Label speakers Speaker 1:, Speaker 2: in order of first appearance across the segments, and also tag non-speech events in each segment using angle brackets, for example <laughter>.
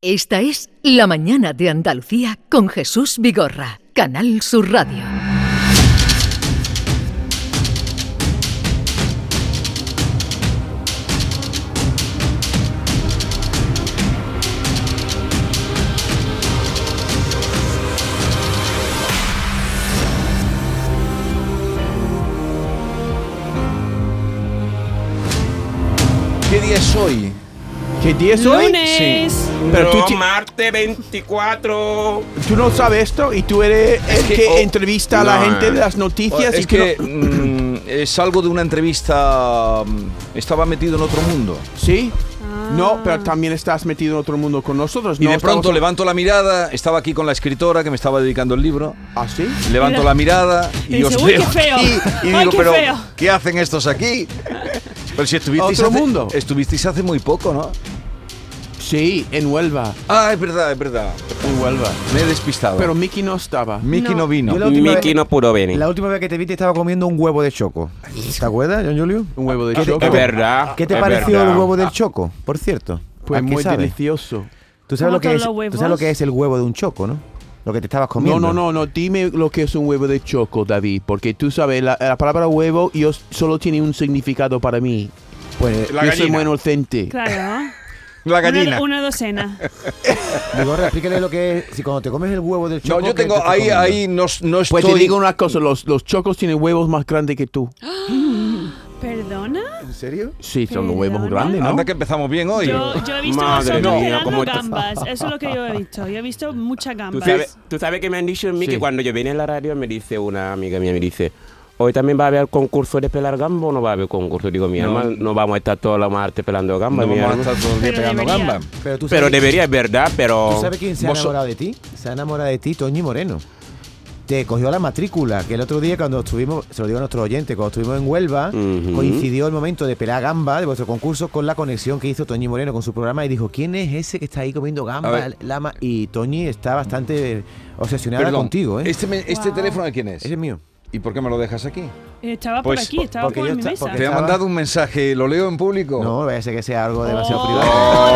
Speaker 1: Esta es La Mañana de Andalucía con Jesús Vigorra, Canal Sur Radio.
Speaker 2: ¿Qué día es hoy?
Speaker 3: ¿Qué día es hoy?
Speaker 4: Lunes.
Speaker 2: Pero tú,
Speaker 5: no,
Speaker 2: ti-
Speaker 5: Marte 24.
Speaker 3: Tú no sabes esto y tú eres
Speaker 5: Es
Speaker 3: el que,
Speaker 5: que, oh,
Speaker 3: entrevista a la
Speaker 5: no,
Speaker 3: gente de las
Speaker 2: Oh,
Speaker 3: noticias. y
Speaker 2: Es
Speaker 3: tú
Speaker 2: que
Speaker 3: no-
Speaker 2: mm, es algo de una entrevista. mm, Estaba metido en otro mundo.
Speaker 3: ¿Sí? No, pero también estás metido en otro mundo con nosotros.
Speaker 2: Y
Speaker 3: no
Speaker 2: de pronto
Speaker 3: estamos-
Speaker 2: levanto la mirada, estaba aquí con la escritora que me estaba dedicando el libro.
Speaker 3: ¿Ah, sí?
Speaker 2: Levanto
Speaker 4: Mira.
Speaker 2: la mirada y,
Speaker 4: Y dice,
Speaker 2: os
Speaker 4: "Uy,
Speaker 2: veo
Speaker 4: qué feo.
Speaker 2: aquí", y
Speaker 4: Ay,
Speaker 2: digo,
Speaker 4: qué
Speaker 2: pero
Speaker 4: feo".
Speaker 2: ¿qué hacen estos aquí? Pero si estuvisteis
Speaker 3: Otro
Speaker 2: hace,
Speaker 3: mundo.
Speaker 2: estuvisteis hace muy poco, ¿no?
Speaker 3: Sí, en Huelva.
Speaker 2: Ah, es verdad, es verdad.
Speaker 3: En Huelva.
Speaker 2: Me he despistado.
Speaker 3: Pero Mickey no estaba.
Speaker 2: Miki no,
Speaker 4: No.
Speaker 2: vino.
Speaker 6: Yo la última
Speaker 5: Miki
Speaker 6: vez-
Speaker 5: no pudo venir.
Speaker 6: La última vez que te vi te estaba comiendo un huevo de choco. ¿Te acuerdas, John Julio?
Speaker 3: Un huevo de
Speaker 6: ¿Qué te-
Speaker 3: choco.
Speaker 6: qué
Speaker 5: Es
Speaker 6: te-
Speaker 5: verdad.
Speaker 6: ¿Qué te
Speaker 5: es
Speaker 6: pareció
Speaker 5: verdad.
Speaker 6: el huevo del choco, por cierto?
Speaker 3: Pues
Speaker 6: ¿A qué
Speaker 3: muy
Speaker 6: sabe?
Speaker 3: delicioso.
Speaker 6: ¿Tú sabes,
Speaker 4: Como
Speaker 6: lo que
Speaker 4: todos
Speaker 6: es,
Speaker 4: los
Speaker 6: tú
Speaker 4: huevos.
Speaker 6: sabes lo que es el huevo de un choco, ¿no? Lo que te estabas
Speaker 3: No,
Speaker 6: comiendo.
Speaker 3: no, no, no. Dime lo que es un huevo de choco, David. Porque tú sabes, la, la palabra huevo yo s- solo tiene un significado para mí.
Speaker 6: Pues,
Speaker 3: yo soy muy inocente.
Speaker 4: Claro.
Speaker 2: La gallina.
Speaker 4: Una, una docena.
Speaker 6: Vigorra, explícale lo que es. Si cuando te comes el huevo del choco.
Speaker 2: No, yo
Speaker 6: ¿qué
Speaker 2: tengo
Speaker 6: estás
Speaker 2: ahí,
Speaker 6: comiendo?
Speaker 2: ahí no, no estoy.
Speaker 3: Pues te digo una cosa, los, los chocos tienen huevos más grandes que tú.
Speaker 4: Ah, ¿Perdona?
Speaker 6: ¿En serio?
Speaker 3: Sí, son los huevos
Speaker 4: Perdona.
Speaker 3: grandes, ¿no?
Speaker 2: Anda que empezamos bien hoy.
Speaker 4: Yo, yo he visto
Speaker 5: Madre
Speaker 4: a
Speaker 5: mía,
Speaker 4: vosotros
Speaker 5: cómo
Speaker 4: cenando
Speaker 5: te-
Speaker 4: gambas. Eso es lo que yo he visto. Yo he visto muchas
Speaker 5: ¿Tú
Speaker 4: gambas.
Speaker 5: sabes, tú sabes que me han dicho en mí
Speaker 3: Sí.
Speaker 5: que cuando yo vine a la radio me dice una amiga mía, me dice, hoy también va a haber concurso de pelar gamba o no va a haber concurso. Digo, mi alma, no vamos a estar todos los martes pelando gamba.
Speaker 2: No
Speaker 5: mi
Speaker 2: vamos a
Speaker 5: alma".
Speaker 2: estar todo el día
Speaker 4: Pero
Speaker 2: pegando
Speaker 4: debería.
Speaker 2: gamba.
Speaker 6: Pero tú sabes,
Speaker 5: Pero debería, es verdad, pero...
Speaker 6: ¿Tú sabes quién se ha
Speaker 2: Oh, Vos-
Speaker 6: enamorado de ti? Se ha enamorado de ti Toñi Moreno. Te cogió la matrícula, que el otro día cuando estuvimos, se lo digo a nuestro oyente, cuando estuvimos en Huelva,
Speaker 5: Ujú.
Speaker 6: coincidió el momento de pelar gamba de vuestro concurso con la conexión que hizo Toñi Moreno con su programa y dijo, ¿quién es ese que está ahí comiendo
Speaker 2: A
Speaker 6: gamba?
Speaker 2: ver.
Speaker 6: Lama? Y Toñi está bastante obsesionada
Speaker 2: Perdón,
Speaker 6: contigo, ¿eh?
Speaker 2: Este, me- este
Speaker 4: Wow.
Speaker 2: teléfono de quién es?
Speaker 6: Ese es mío.
Speaker 2: ¿Y por qué me lo dejas aquí?
Speaker 4: Estaba
Speaker 2: Pues,
Speaker 4: por aquí, estaba
Speaker 6: porque
Speaker 4: por
Speaker 6: yo
Speaker 4: mi
Speaker 6: esta-
Speaker 4: mesa. Oh,
Speaker 6: porque
Speaker 2: Te ha
Speaker 6: Estaba-
Speaker 2: mandado un mensaje, ¿lo leo en público?
Speaker 6: No, vaya a ser que sea algo demasiado
Speaker 4: Oh,
Speaker 6: privado.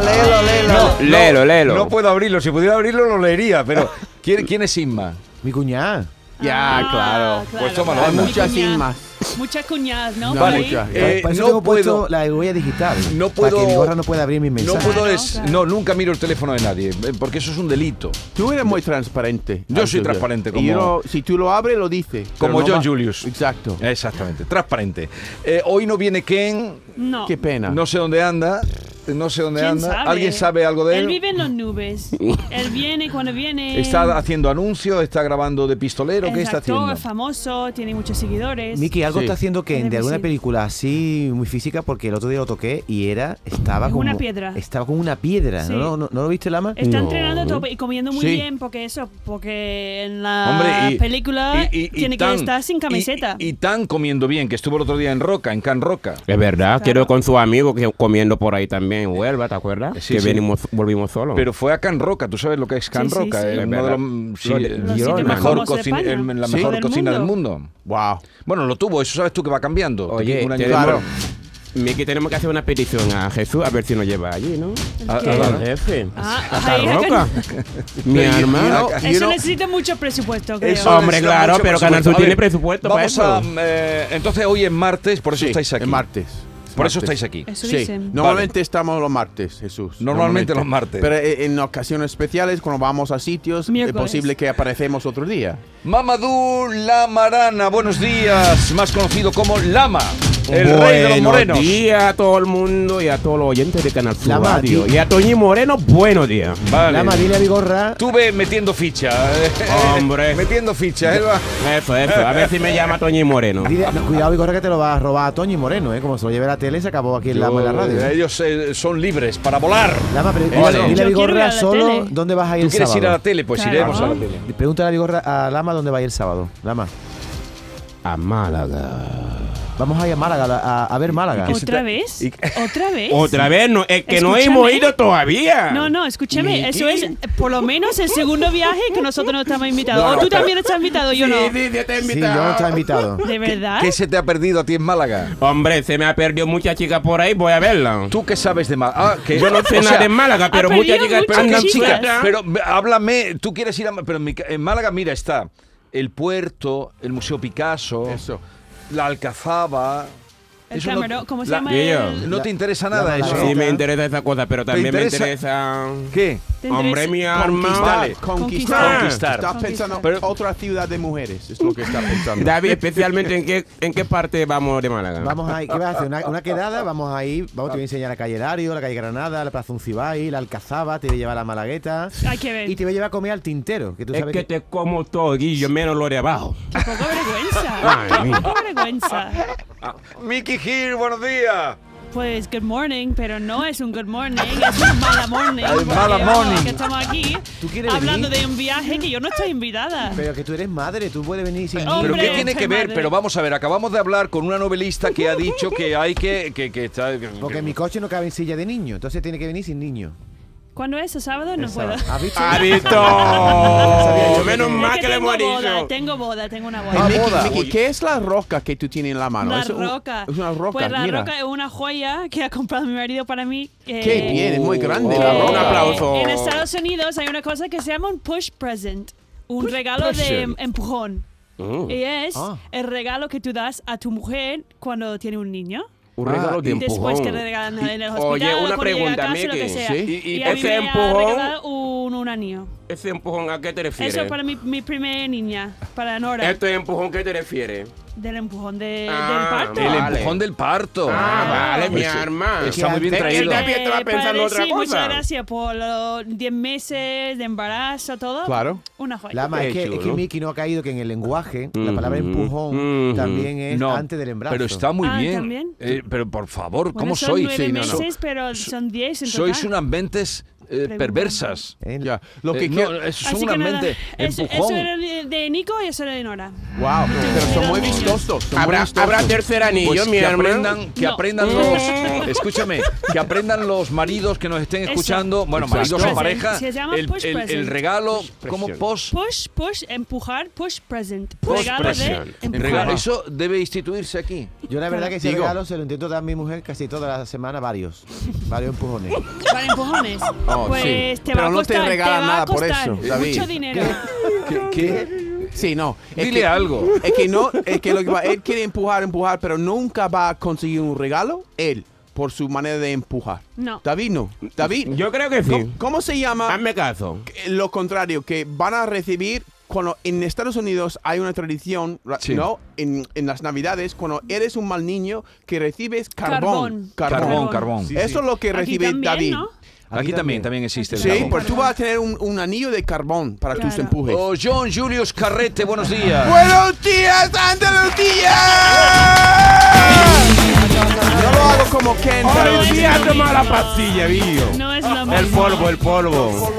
Speaker 4: léelo, léelo, léelo.
Speaker 5: Léelo, léelo.
Speaker 2: No puedo abrirlo, si pudiera abrirlo lo leería, pero ¿quién, quién es Inma?
Speaker 6: Mi cuñada.
Speaker 3: Ya,
Speaker 4: Ah,
Speaker 3: claro.
Speaker 2: Pues tómalo,
Speaker 4: claro.
Speaker 2: anda.
Speaker 4: Mi
Speaker 3: Muchas
Speaker 4: cuñada.
Speaker 3: cimas.
Speaker 4: Muchas cuñadas, ¿no?
Speaker 3: No,
Speaker 4: Por ahí.
Speaker 3: muchas.
Speaker 2: Eh,
Speaker 6: Para eso
Speaker 2: no
Speaker 6: tengo puesto
Speaker 2: puedo-
Speaker 6: la huella digital.
Speaker 2: No
Speaker 6: Para
Speaker 2: puedo-
Speaker 6: que Vigorra no pueda abrir mis
Speaker 2: No
Speaker 6: mensajes.
Speaker 2: puedo
Speaker 4: Claro,
Speaker 2: es-
Speaker 4: Ah, claro.
Speaker 2: No, nunca miro el teléfono de nadie, eh, porque eso es un delito.
Speaker 3: Tú eres muy transparente.
Speaker 2: Yo soy
Speaker 3: Ángel.
Speaker 2: transparente,
Speaker 3: Y
Speaker 2: como-
Speaker 3: yo no- si tú lo abres, lo dices.
Speaker 2: Como
Speaker 3: Pero no
Speaker 2: John
Speaker 3: más.
Speaker 2: Julius. Eh,
Speaker 3: Exacto.
Speaker 2: Exactamente, transparente. Eh, hoy no viene Ken,
Speaker 4: No.
Speaker 3: Qué pena.
Speaker 2: no sé dónde anda, no sé dónde
Speaker 4: ¿Quién
Speaker 2: anda. ¿Alguien sabe algo de él?
Speaker 4: Él vive en las nubes. él viene cuando viene.
Speaker 2: Está haciendo anuncios, está grabando de pistolero,
Speaker 4: es
Speaker 2: ¿qué está
Speaker 4: actor,
Speaker 2: haciendo?
Speaker 4: es famoso, tiene muchos seguidores.
Speaker 6: Miki, algo
Speaker 3: Sí.
Speaker 6: está haciendo que
Speaker 4: Es
Speaker 6: de alguna
Speaker 4: invisible.
Speaker 6: película así muy física, porque el otro día lo toqué y era estaba
Speaker 4: Es
Speaker 6: como
Speaker 4: una piedra.
Speaker 6: Estaba como una piedra.
Speaker 4: Sí.
Speaker 6: ¿No, no, no lo viste, Lama?
Speaker 4: Está
Speaker 3: No.
Speaker 4: entrenando todo y comiendo muy
Speaker 3: Sí.
Speaker 4: bien porque eso, porque en la
Speaker 2: Hombre, y-
Speaker 4: película
Speaker 2: y- y- y
Speaker 4: tiene
Speaker 2: tan-
Speaker 4: que estar sin camiseta.
Speaker 2: Y, y tan comiendo bien, que estuvo el otro día en Roca, en Can Roca.
Speaker 5: Es verdad, quiero con su amigo que comiendo por ahí también en Huelva, ¿te acuerdas?
Speaker 2: Sí,
Speaker 5: que
Speaker 2: sí.
Speaker 5: venimos, volvimos solos.
Speaker 2: Pero fue a Can Roca, tú sabes lo que es Can
Speaker 4: Sí, sí,
Speaker 2: Roca,
Speaker 4: sí.
Speaker 2: eh,
Speaker 5: Es
Speaker 2: uno de los-
Speaker 5: verdad.
Speaker 2: sí,
Speaker 5: Los-
Speaker 2: eh,
Speaker 5: los
Speaker 4: sitios
Speaker 2: la
Speaker 4: más
Speaker 2: mejor
Speaker 4: famosos de
Speaker 2: cocina,
Speaker 4: España.
Speaker 2: el- la
Speaker 4: Sí.
Speaker 2: mejor
Speaker 4: Del
Speaker 2: cocina del
Speaker 4: mundo.
Speaker 2: mundo.
Speaker 3: Wow.
Speaker 2: Bueno, lo tuvo, eso sabes tú que va cambiando.
Speaker 5: Oye,
Speaker 2: Un año-
Speaker 5: tenemos,
Speaker 2: Claro.
Speaker 5: Miki, tenemos que hacer una petición a Jesús a ver si nos lleva allí, ¿no?
Speaker 2: Ah,
Speaker 4: ¿Qué?
Speaker 2: ah,
Speaker 5: Al jefe.
Speaker 4: Ah,
Speaker 5: A Can
Speaker 4: ahí, a Can-
Speaker 5: Roca. Mi
Speaker 2: Pero, y-
Speaker 5: hermano.
Speaker 2: y-
Speaker 4: eso
Speaker 2: yo no-
Speaker 4: necesita mucho presupuesto, creo.
Speaker 2: Eso
Speaker 5: Hombre,
Speaker 2: necesita
Speaker 5: claro,
Speaker 2: mucho
Speaker 5: pero Canal
Speaker 2: presupuesto.
Speaker 5: Sur
Speaker 2: A ver,
Speaker 5: tiene presupuesto para
Speaker 2: Vamos
Speaker 5: eso.
Speaker 2: a. eh, entonces hoy es martes, por eso
Speaker 3: Sí,
Speaker 2: estáis aquí.
Speaker 3: Es martes.
Speaker 2: Por eso estáis
Speaker 3: Martes.
Speaker 2: aquí.
Speaker 4: Eso
Speaker 3: Sí,
Speaker 4: dicen.
Speaker 3: normalmente estamos los martes, Jesús.
Speaker 2: Normalmente los martes.
Speaker 3: Pero eh, en ocasiones especiales, cuando vamos a sitios, es
Speaker 4: Miércoles.
Speaker 3: posible que aparecemos otro día.
Speaker 2: Mamadou Lamarana, buenos días. Más conocido como Lama, el rey de los morenos.
Speaker 5: Buenos días a todo el mundo y a todos los oyentes de Canal Sur
Speaker 6: Lama,
Speaker 5: Radio.
Speaker 6: di-
Speaker 5: Y a Toñi Moreno, buenos días.
Speaker 2: Vale.
Speaker 6: Lama, dile a Vigorra.
Speaker 2: Estuve metiendo ficha. eh,
Speaker 5: Hombre.
Speaker 2: <laughs> metiendo ficha, ¿eh?
Speaker 5: Eso, eso. A ver si me llama Toñi Moreno.
Speaker 6: dile- no, cuidado, Vigorra, que te lo va a robar a Toñi Moreno, ¿eh? Como se lo lleve la tele, se acabó aquí en Lama en la radio. ¿eh?
Speaker 2: Ellos eh, son libres para volar.
Speaker 6: Lama, pero
Speaker 2: Vale.
Speaker 6: dile, dile a
Speaker 4: Yo quiero ir a
Speaker 6: Vigorra
Speaker 4: la
Speaker 6: solo
Speaker 4: tele.
Speaker 6: dónde vas a ir
Speaker 2: ¿Tú
Speaker 6: el
Speaker 2: quieres ir a la
Speaker 6: sábado.
Speaker 2: tele? Pues
Speaker 4: Claro.
Speaker 2: iremos a la
Speaker 4: Ah.
Speaker 2: tele.
Speaker 6: Pregúntale a Vigorra a Lama dónde va a ir el sábado. Lama.
Speaker 5: A Málaga.
Speaker 6: Vamos a ir a Málaga, a, a ver Málaga.
Speaker 2: que se
Speaker 4: ¿Otra
Speaker 2: te-
Speaker 4: vez?
Speaker 2: y- <laughs>
Speaker 4: ¿Otra vez?
Speaker 5: Otra vez, no, es que no
Speaker 4: Escúchame.
Speaker 5: hemos ido todavía.
Speaker 4: No, no, escúchame,
Speaker 5: Miki.
Speaker 4: eso es eh, por lo menos el segundo viaje que nosotros no estamos invitados.
Speaker 2: No,
Speaker 4: o
Speaker 2: no,
Speaker 4: tú
Speaker 2: pero-
Speaker 4: también estás invitado, yo
Speaker 5: Sí,
Speaker 4: no.
Speaker 5: sí, sí, te he
Speaker 6: Sí, yo no
Speaker 5: invitado.
Speaker 6: estaba invitado.
Speaker 4: ¿De verdad?
Speaker 2: ¿Qué se te ha perdido a ti en Málaga?
Speaker 5: Hombre, se me ha perdido mucha chica por ahí, voy a verla.
Speaker 2: ¿Tú qué sabes de Málaga? Ah, que-
Speaker 5: Yo no
Speaker 2: o
Speaker 5: sé
Speaker 2: sea,
Speaker 5: nada de Málaga, pero muchas
Speaker 4: perdido
Speaker 5: chicas
Speaker 4: muchas
Speaker 5: andan
Speaker 2: Andan chicas,
Speaker 5: sueltas.
Speaker 2: pero b- háblame, tú quieres ir a... Ma- Pero en, mi ca- en Málaga, mira, está el puerto, el Museo Picasso,
Speaker 3: Eso.
Speaker 2: la Alcazaba...
Speaker 4: el
Speaker 2: Eso no-
Speaker 4: camarón, ¿cómo se
Speaker 2: la-
Speaker 4: llama?
Speaker 5: Guillo.
Speaker 4: el-
Speaker 2: No te interesa
Speaker 6: La-
Speaker 2: nada
Speaker 6: la-
Speaker 2: eso.
Speaker 6: la-
Speaker 5: Sí, me interesa esa cosa, pero también me
Speaker 2: interesa?
Speaker 5: interesa.
Speaker 2: ¿Qué?
Speaker 4: ¿Te
Speaker 5: Hombre,
Speaker 4: interesa?
Speaker 5: mi alma.
Speaker 2: Conquistale.
Speaker 4: Conquistar.
Speaker 2: Conquistar.
Speaker 3: Está pensando
Speaker 4: Conquistar.
Speaker 3: en otra ciudad de mujeres, es lo que está pensando.
Speaker 5: David, especialmente en qué, en qué parte vamos de Málaga.
Speaker 6: Vamos a ir, ¿qué vas a hacer? Una, una quedada, vamos a ir, vamos, te voy a enseñar la calle Dario, la calle Granada, la Plaza Uncibay, la Alcazaba, te voy a llevar a la Malagueta
Speaker 4: Hay que ver.
Speaker 6: y te voy a llevar a comer al tintero, que tú
Speaker 5: Es
Speaker 6: sabes
Speaker 5: que te como todo, Guillo, menos lo de abajo.
Speaker 4: Qué poco vergüenza.
Speaker 5: Madre
Speaker 4: Qué
Speaker 5: mía.
Speaker 4: poco vergüenza.
Speaker 2: Ah, Mickey Gil, buenos días.
Speaker 4: Pues good morning, pero no es un good morning, es un mala morning.
Speaker 2: Ay,
Speaker 4: porque,
Speaker 2: mala
Speaker 4: vamos,
Speaker 2: morning.
Speaker 4: Que estamos aquí
Speaker 6: ¿Tú quieres
Speaker 4: hablando
Speaker 6: venir?
Speaker 4: de un viaje que yo no estoy invitada.
Speaker 6: Pero que tú eres madre, tú puedes venir sin mí.
Speaker 2: ¿Pero
Speaker 4: Hombre,
Speaker 2: qué tiene que
Speaker 4: soy
Speaker 2: ver?
Speaker 4: madre.
Speaker 2: Pero vamos a ver, acabamos de hablar con una novelista que ha dicho que hay que... que, que está-
Speaker 6: Porque en mi coche no cabe en silla de niño, entonces tiene que venir sin niño.
Speaker 4: ¿Cuándo es? ¿El sábado? No
Speaker 6: El
Speaker 4: puedo.
Speaker 6: sábado. ¿Has visto?
Speaker 5: ¡Adito! Menos
Speaker 4: Es
Speaker 5: mal que le hemos
Speaker 4: tengo boda,
Speaker 5: dicho.
Speaker 4: tengo boda, tengo una
Speaker 3: Hey,
Speaker 4: boda.
Speaker 2: Ah,
Speaker 3: Mickey,
Speaker 2: boda.
Speaker 3: Mickey, ¿qué es la roca que tú tienes en la mano?
Speaker 4: La
Speaker 3: es, un-
Speaker 4: roca.
Speaker 3: es una roca,
Speaker 4: Pues la
Speaker 3: mira.
Speaker 4: roca es una joya que ha comprado mi marido para mí. eh,
Speaker 3: Qué Oh. bien, es muy
Speaker 5: Uh,
Speaker 3: grande la
Speaker 4: que-
Speaker 2: Oh.
Speaker 5: Un
Speaker 3: roca.
Speaker 5: aplauso.
Speaker 4: En Estados Unidos hay una cosa que se llama un push present, un regalo
Speaker 2: present.
Speaker 4: de empujón.
Speaker 5: Mm,
Speaker 4: Y es
Speaker 6: Ah.
Speaker 4: el regalo que tú das a tu mujer cuando tiene un niño.
Speaker 5: Un regalo de
Speaker 4: Y después que
Speaker 5: empujón.
Speaker 4: le regalan en el hospital.
Speaker 5: Oye,
Speaker 4: o
Speaker 5: una
Speaker 4: cuando llega a
Speaker 5: pregunta,
Speaker 4: casa, lo que
Speaker 5: Miki.
Speaker 4: sea.
Speaker 3: Sí.
Speaker 5: Y- y
Speaker 4: Y a mí
Speaker 5: ese
Speaker 4: me ha
Speaker 5: empujón-
Speaker 4: regalado un, un anillo.
Speaker 5: ¿Ese empujón a qué te refieres?
Speaker 4: Eso para mi, mi primera niña, para Nora,
Speaker 5: ¿Este empujón qué te refieres?
Speaker 4: del empujón de,
Speaker 5: Ah,
Speaker 4: del
Speaker 2: El
Speaker 4: parto.
Speaker 5: vale.
Speaker 2: empujón del parto.
Speaker 5: Ah, vale, mi
Speaker 2: Pues,
Speaker 5: arma.
Speaker 2: Está muy bien
Speaker 5: Es que
Speaker 2: traído.
Speaker 5: también estaba
Speaker 4: Eh,
Speaker 5: pensando
Speaker 4: padre,
Speaker 5: otra
Speaker 4: sí,
Speaker 5: cosa.
Speaker 4: Muchas gracias por los 10 meses de embarazo, todo.
Speaker 3: Claro.
Speaker 4: Una joya.
Speaker 6: Lama, es
Speaker 5: Qué
Speaker 6: que, es que
Speaker 5: chulo.
Speaker 6: Miki no ha caído que en el lenguaje la palabra
Speaker 5: Mhm.
Speaker 6: empujón
Speaker 5: Mhm.
Speaker 6: también es
Speaker 2: No,
Speaker 6: antes del embarazo.
Speaker 2: Pero está muy
Speaker 4: Ah,
Speaker 2: bien.
Speaker 4: ¿también?
Speaker 2: Eh, pero por favor,
Speaker 4: Bueno,
Speaker 2: ¿cómo
Speaker 4: son
Speaker 2: sois?
Speaker 4: nueve
Speaker 2: Sí, no, no.
Speaker 4: meses, pero son 10 en total.
Speaker 2: Sois unas mentes eh,
Speaker 4: Preguntando.
Speaker 2: perversas.
Speaker 6: ¿Eh?
Speaker 3: Ya, Lo que
Speaker 2: Eh,
Speaker 3: quiero-
Speaker 2: no, eso
Speaker 4: Así
Speaker 2: son
Speaker 4: que
Speaker 2: unas
Speaker 4: nada,
Speaker 2: mentes
Speaker 4: eso,
Speaker 2: empujón.
Speaker 4: eso era de de Nico y eso era de Nora.
Speaker 3: Wow, pero son muy
Speaker 4: Pero-
Speaker 3: vistosos. son muy
Speaker 5: ¿Habrá,
Speaker 3: vistosos.
Speaker 5: ¿Habrá tercer anillo,
Speaker 2: Pues
Speaker 5: mi
Speaker 2: que
Speaker 5: hermano?
Speaker 2: aprendan, que
Speaker 4: No.
Speaker 2: aprendan los, escúchame, que aprendan los maridos que nos estén
Speaker 4: Eso.
Speaker 2: escuchando, bueno,
Speaker 4: Push
Speaker 2: maridos o
Speaker 4: present.
Speaker 2: pareja,
Speaker 4: Se llama
Speaker 2: el,
Speaker 4: push
Speaker 2: el- el
Speaker 4: present. Pues
Speaker 2: regalo como
Speaker 5: present.
Speaker 2: post,
Speaker 4: Push, push, empujar, push present.
Speaker 2: Post
Speaker 4: regalo
Speaker 5: present.
Speaker 4: de
Speaker 2: el
Speaker 4: empujar.
Speaker 2: regalo. eso debe instituirse aquí.
Speaker 6: Yo la verdad que ese
Speaker 2: Digo.
Speaker 6: regalo se lo intento dar a mi mujer casi toda la semana, varios. Varios empujones.
Speaker 4: Para empujones.
Speaker 3: Oh,
Speaker 4: pues
Speaker 3: sí.
Speaker 4: te
Speaker 3: Pero
Speaker 4: va a
Speaker 3: no te
Speaker 4: costar,
Speaker 3: regalan
Speaker 4: va a
Speaker 3: nada por
Speaker 4: costar
Speaker 3: eso, David.
Speaker 4: Mucho dinero.
Speaker 2: ¿Qué- qué?
Speaker 3: Sí, no. es
Speaker 2: Dile
Speaker 3: que-
Speaker 2: algo.
Speaker 3: Es que no, es que lo que va, él quiere empujar, empujar, pero nunca va a conseguir un regalo, él, por su manera de empujar.
Speaker 4: No.
Speaker 3: David no. David,
Speaker 5: Yo creo que sí.
Speaker 3: ¿cómo, cómo se llama
Speaker 5: Hazme caso.
Speaker 3: eh, lo contrario? Que van a recibir cuando en Estados Unidos hay una tradición, ra-
Speaker 2: Sí.
Speaker 3: ¿no? En, en las navidades, cuando eres un mal niño, que recibes carbón.
Speaker 4: Carbón.
Speaker 2: Carbón,
Speaker 4: Carbón.
Speaker 2: carbón.
Speaker 6: Sí,
Speaker 3: Eso es lo que
Speaker 4: Aquí
Speaker 3: recibe
Speaker 4: también,
Speaker 3: David.
Speaker 4: ¿no?
Speaker 2: Aquí también, también existe el
Speaker 3: Sí,
Speaker 2: carbón.
Speaker 3: pero tú vas a tener un, un anillo de carbón para tus
Speaker 4: Claro.
Speaker 3: empujes.
Speaker 2: O Oh, John Julius Carrete, buenos días.
Speaker 3: ¡Buenos días, Andalucía! No lo hago como Ken.
Speaker 5: Hoy
Speaker 3: pero-
Speaker 5: sí ha tomado la pastilla, Guillo.
Speaker 4: No es lo mismo.
Speaker 5: El polvo, el polvo.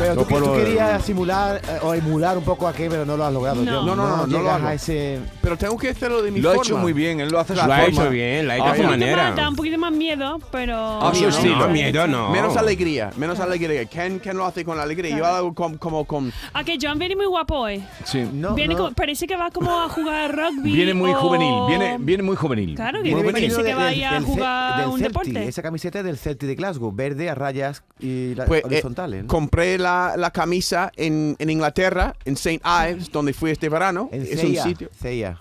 Speaker 6: Pero tú,
Speaker 5: No puedo
Speaker 6: tú
Speaker 5: ver.
Speaker 6: querías simular eh, o emular un poco a qué, pero no lo has logrado.
Speaker 4: No.
Speaker 6: Yo-
Speaker 3: No, no, no, no lo
Speaker 6: llegas
Speaker 3: hago.
Speaker 6: a ese...
Speaker 3: Pero tengo que hacerlo de mi
Speaker 2: Lo ha
Speaker 3: forma.
Speaker 2: hecho muy bien, él lo hace a su
Speaker 5: Lo ha
Speaker 2: forma.
Speaker 5: hecho bien, lo ha hecho a
Speaker 3: Ay,
Speaker 5: su
Speaker 3: no.
Speaker 4: Da,
Speaker 5: manera.
Speaker 4: un poquito más miedo, pero.
Speaker 5: Ah,
Speaker 2: A su
Speaker 4: No,
Speaker 2: estilo.
Speaker 4: no,
Speaker 5: No, miedo no.
Speaker 3: Menos alegría, menos alegría. Ken, Ken lo hace con alegría. Yo hago com- como con...
Speaker 4: Ah, que John viene muy guapo hoy.
Speaker 2: Sí.
Speaker 6: No,
Speaker 4: viene
Speaker 6: no.
Speaker 4: como- parece que va como a jugar rugby.
Speaker 2: Viene muy
Speaker 4: o-
Speaker 2: juvenil, viene, viene muy juvenil.
Speaker 4: Claro que
Speaker 6: Viene
Speaker 4: parece
Speaker 6: venido
Speaker 4: que
Speaker 6: de-
Speaker 4: vaya a
Speaker 6: del- del Ce-
Speaker 4: jugar
Speaker 6: del
Speaker 4: un
Speaker 6: Celtic.
Speaker 4: deporte.
Speaker 6: Esa camiseta es del Celtic de Glasgow, verde a rayas y la-
Speaker 3: Pues, eh,
Speaker 6: horizontales. ¿no?
Speaker 3: compré la, la camisa en, en Inglaterra, en St. Ives, donde fui este verano.
Speaker 6: En
Speaker 3: es
Speaker 6: CIA,
Speaker 3: un sitio...
Speaker 6: CIA,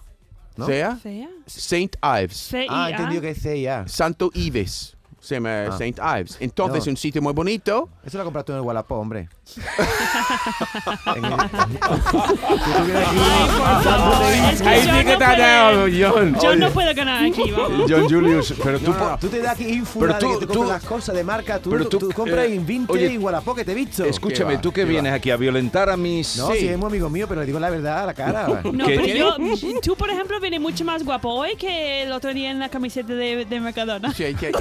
Speaker 6: ¿no?
Speaker 3: ¿Sea?
Speaker 4: Fea.
Speaker 3: St. Ives.
Speaker 4: Fea.
Speaker 6: Ah, he entendido que es CIA. Eso
Speaker 3: Santo Ives. Se llama
Speaker 6: Ah.
Speaker 3: St. Ives. Entonces,
Speaker 6: No.
Speaker 3: un sitio muy bonito.
Speaker 6: lo compraste en el
Speaker 4: <laughs>
Speaker 6: Wallapop, hombre. En el- Si tuviera aquí-
Speaker 4: Por favor, es que yo
Speaker 5: Ahí sí que
Speaker 4: no
Speaker 5: te ha dado,
Speaker 4: puedo-
Speaker 5: John.
Speaker 4: Yo no puedo ganar aquí, vamos.
Speaker 2: John Julius, pero tú...
Speaker 6: No, no, no, Tú te das aquí
Speaker 2: Pero
Speaker 6: infura de
Speaker 2: tú-
Speaker 6: que te compras
Speaker 2: tú-
Speaker 6: las cosas de marca. Tú,
Speaker 2: pero
Speaker 6: tú,
Speaker 2: tú,
Speaker 6: compras
Speaker 2: eh,
Speaker 6: en Vinted
Speaker 2: oye,
Speaker 6: y en Wallapop, que te he visto.
Speaker 2: Escúchame,
Speaker 6: va,
Speaker 2: ¿tú que
Speaker 6: va.
Speaker 2: vienes aquí a violentar a mis...?
Speaker 6: No, si es un amigo mío, pero le digo la verdad a la cara. va.
Speaker 4: No,
Speaker 2: ¿Qué
Speaker 4: pero yo, tú, por ejemplo, vienes mucho más guapo hoy que el otro día en la camiseta
Speaker 6: <laughs>
Speaker 4: de, de Mercadona.
Speaker 3: Sí, hay que-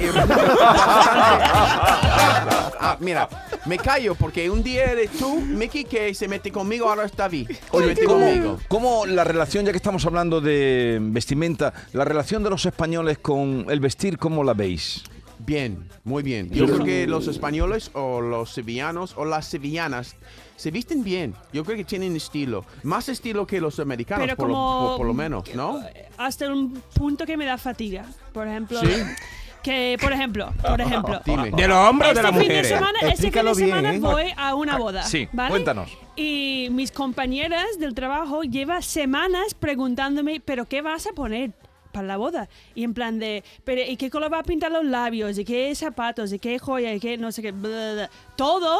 Speaker 3: Ah, mira, Me callo porque un día eres tú, Mickey, que se mete conmigo, ahora está David. Se mete
Speaker 2: ¿cómo,
Speaker 3: conmigo.
Speaker 2: cómo la relación, ya que estamos hablando de vestimenta, la relación de los españoles con el vestir, cómo la veis?
Speaker 3: Bien, muy bien. Yo creo que los españoles o los sevillanos o las sevillanas se visten bien. Yo creo que tienen estilo. Más estilo que los americanos,
Speaker 4: Pero
Speaker 3: por,
Speaker 4: como-
Speaker 3: lo, por- por lo menos, ¿no?
Speaker 4: Hasta un punto que me da fatiga. Por ejemplo,
Speaker 3: Sí. Ah,
Speaker 4: que, por ejemplo,
Speaker 3: <laughs>
Speaker 4: por ejemplo.
Speaker 3: Dime.
Speaker 5: ¿De los hombres o de
Speaker 4: Este
Speaker 5: las
Speaker 4: fin de
Speaker 5: mujeres?
Speaker 4: semana, este fin
Speaker 6: Explícalo
Speaker 4: de
Speaker 6: bien,
Speaker 4: semana
Speaker 6: ¿eh?
Speaker 4: voy a una boda.
Speaker 2: Ah, Sí,
Speaker 4: ¿vale?
Speaker 2: cuéntanos.
Speaker 4: Y mis compañeras del trabajo llevan semanas preguntándome, ¿pero qué vas a poner? para la boda y en plan de pero y qué color va a pintar los labios y qué zapatos y qué joya y qué no sé qué bla, bla, bla? todo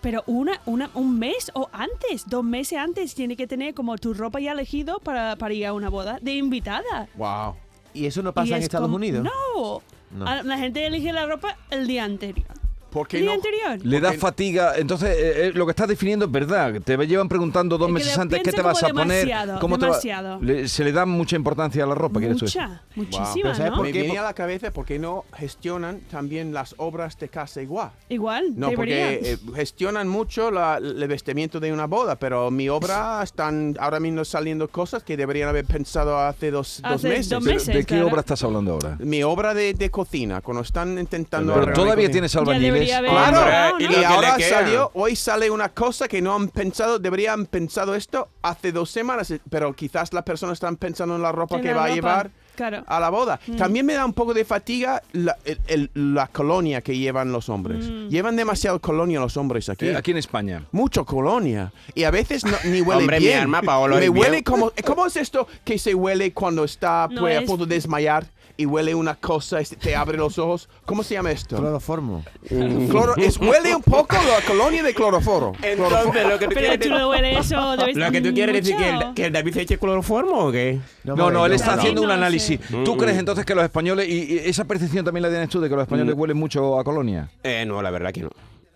Speaker 4: pero una, una un mes o antes dos meses antes tiene que tener como tu ropa ya elegido para, para ir a una boda de invitada
Speaker 3: Wow.
Speaker 6: ¿Y eso no
Speaker 4: y
Speaker 6: pasa en
Speaker 4: es
Speaker 6: Estados
Speaker 4: como-
Speaker 6: Unidos?
Speaker 4: No.
Speaker 6: No.
Speaker 4: A- La gente elige la ropa el día anterior.
Speaker 3: ¿Por
Speaker 4: El
Speaker 3: qué
Speaker 4: día
Speaker 3: no?
Speaker 4: anterior.
Speaker 2: Le da
Speaker 3: Porque-
Speaker 2: fatiga, entonces eh, eh, lo que estás definiendo es verdad. Te llevan preguntando dos
Speaker 4: Es que
Speaker 2: meses
Speaker 4: lo
Speaker 2: antes qué te
Speaker 4: piensa
Speaker 2: vas a
Speaker 4: como
Speaker 2: poner.
Speaker 4: demasiado,
Speaker 2: te va-
Speaker 4: demasiado.
Speaker 2: le- se le da mucha importancia a la ropa, ¿quieres tú decir?
Speaker 4: Mucha, muchísima,
Speaker 6: Pero ¿sabes
Speaker 4: ¿no?
Speaker 6: por
Speaker 3: Me
Speaker 6: qué?
Speaker 3: viene a la cabeza porque no gestionan también las obras de casa igual.
Speaker 4: Igual,
Speaker 3: No,
Speaker 4: debería.
Speaker 3: porque eh, gestionan mucho la- el vestimiento de una boda, pero mi obra están ahora mismo saliendo cosas que deberían haber pensado hace dos, dos
Speaker 4: Hace
Speaker 3: meses.
Speaker 4: dos
Speaker 2: Pero,
Speaker 4: meses,
Speaker 2: ¿De qué
Speaker 4: claro.
Speaker 2: obra estás hablando ahora?
Speaker 3: Mi obra de, de cocina, cuando están intentando...
Speaker 2: Pero
Speaker 3: arreglar mi
Speaker 2: todavía
Speaker 3: cocina.
Speaker 2: tienes
Speaker 4: Ya
Speaker 2: albañiles.
Speaker 4: debería haber
Speaker 3: Claro,
Speaker 4: acabado,
Speaker 5: y
Speaker 4: ¿no?
Speaker 5: lo
Speaker 3: Y
Speaker 5: que
Speaker 3: ahora
Speaker 5: le queda.
Speaker 3: salió, hoy sale una cosa que no han pensado, deberían pensado esto hace dos semanas, eh, pero quizás las personas están pensando en la ropa
Speaker 4: En
Speaker 3: que
Speaker 4: la
Speaker 3: va a
Speaker 4: ropa,
Speaker 3: llevar
Speaker 4: claro. Mm.
Speaker 3: a la boda. También me da un poco de fatiga la, el- el- la colonia que llevan los hombres.
Speaker 4: Mm.
Speaker 3: Llevan demasiado colonia los hombres aquí.
Speaker 2: Eh, Aquí en España.
Speaker 3: Mucho colonia. Y a veces no- ni huele
Speaker 5: Hombre, mi
Speaker 3: bien.
Speaker 5: alma, Paolo,
Speaker 3: Me
Speaker 5: es
Speaker 3: huele
Speaker 5: bien.
Speaker 3: como... ¿Cómo es esto que se huele cuando está
Speaker 4: No
Speaker 3: pues, a
Speaker 4: es-
Speaker 3: punto de desmayar y huele una cosa y se- te abre los ojos? ¿Cómo se llama esto?
Speaker 6: Cloroformo.
Speaker 3: Cloro- es, huele un poco la colonia de cloroforo.
Speaker 5: Entonces, lo que tú
Speaker 4: Pero
Speaker 5: quieres, <laughs>
Speaker 4: tú no hueles eso. debes-
Speaker 5: lo que tú quieres decir que
Speaker 4: mucho.
Speaker 5: el, que el David se eche cloroformo o qué?
Speaker 2: No, no, Mm. él está
Speaker 4: David,
Speaker 2: haciendo un
Speaker 4: no sé.
Speaker 2: análisis. ¿Tú crees entonces que los españoles, y, y esa percepción también la tienes tú, de que los españoles huelen mucho a colonia?
Speaker 5: Eh, no, la verdad que no.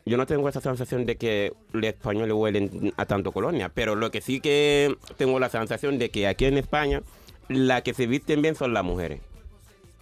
Speaker 5: Yo no tengo esa sensación de que los españoles huelen a tanto colonia, pero lo que sí que tengo la sensación de que aquí en España, la que se visten bien son las mujeres.